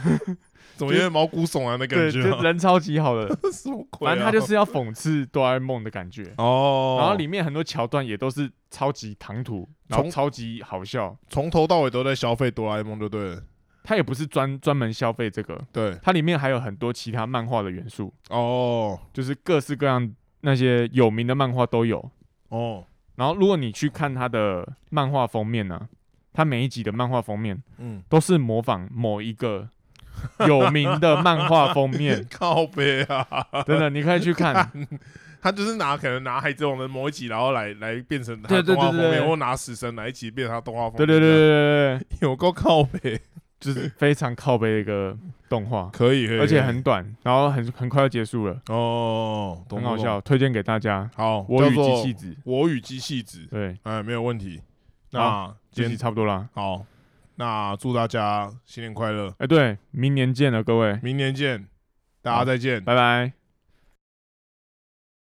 Speaker 1: 怎么有点毛骨悚然的感
Speaker 2: 对，
Speaker 1: 觉
Speaker 2: 就
Speaker 1: 啊？
Speaker 2: 人超 级好的，
Speaker 1: 什么鬼啊？
Speaker 2: 反正他就是要讽刺哆啦 A 梦的感觉。
Speaker 1: 哦，
Speaker 2: 然后里面很多桥段也都是超级唐突，然后
Speaker 1: 从
Speaker 2: 超级好笑。
Speaker 1: 从头到尾都在消费哆啦 A 梦，就对了。
Speaker 2: 他也不是专专门消费这个，
Speaker 1: 对，
Speaker 2: 它里面还有很多其他漫画的元素，
Speaker 1: 哦
Speaker 2: 就是各式各样那些有名的漫画都有。
Speaker 1: 哦，
Speaker 2: 然后如果你去看它的漫画封面呢、它每一集的漫画封面
Speaker 1: 嗯，，
Speaker 2: 都是模仿某一个有名的漫画封面
Speaker 1: 靠背啊，
Speaker 2: 真的，你可以去看。
Speaker 1: 他就是拿可能拿海贼王的某一集，然后来来变成他
Speaker 2: 对
Speaker 1: 的
Speaker 2: 对
Speaker 1: 动画
Speaker 2: 对
Speaker 1: 封
Speaker 2: 对
Speaker 1: 面，
Speaker 2: 对
Speaker 1: 或拿死神哪一集变成他动画封
Speaker 2: 对
Speaker 1: 面，
Speaker 2: 对对对对对对，
Speaker 1: 对，有够靠背，
Speaker 2: 就是非常靠背的一个动画，
Speaker 1: 可以，可以
Speaker 2: 而且
Speaker 1: 可以
Speaker 2: 很短，然后很很快要结束了，
Speaker 1: 哦，懂
Speaker 2: 很好。笑，推荐给大家。
Speaker 1: 懂好，
Speaker 2: 我
Speaker 1: 叫
Speaker 2: 与机
Speaker 1: 做
Speaker 2: 器子，啊
Speaker 1: 我与机器子，
Speaker 2: 对，
Speaker 1: 哎，没有问题。那
Speaker 2: 好这
Speaker 1: 今
Speaker 2: 集
Speaker 1: 天
Speaker 2: 差不多啦。
Speaker 1: 好，那祝大家新年快乐，
Speaker 2: 哎，对，明年见了各位，
Speaker 1: 明年见，大家再见，
Speaker 2: 拜拜。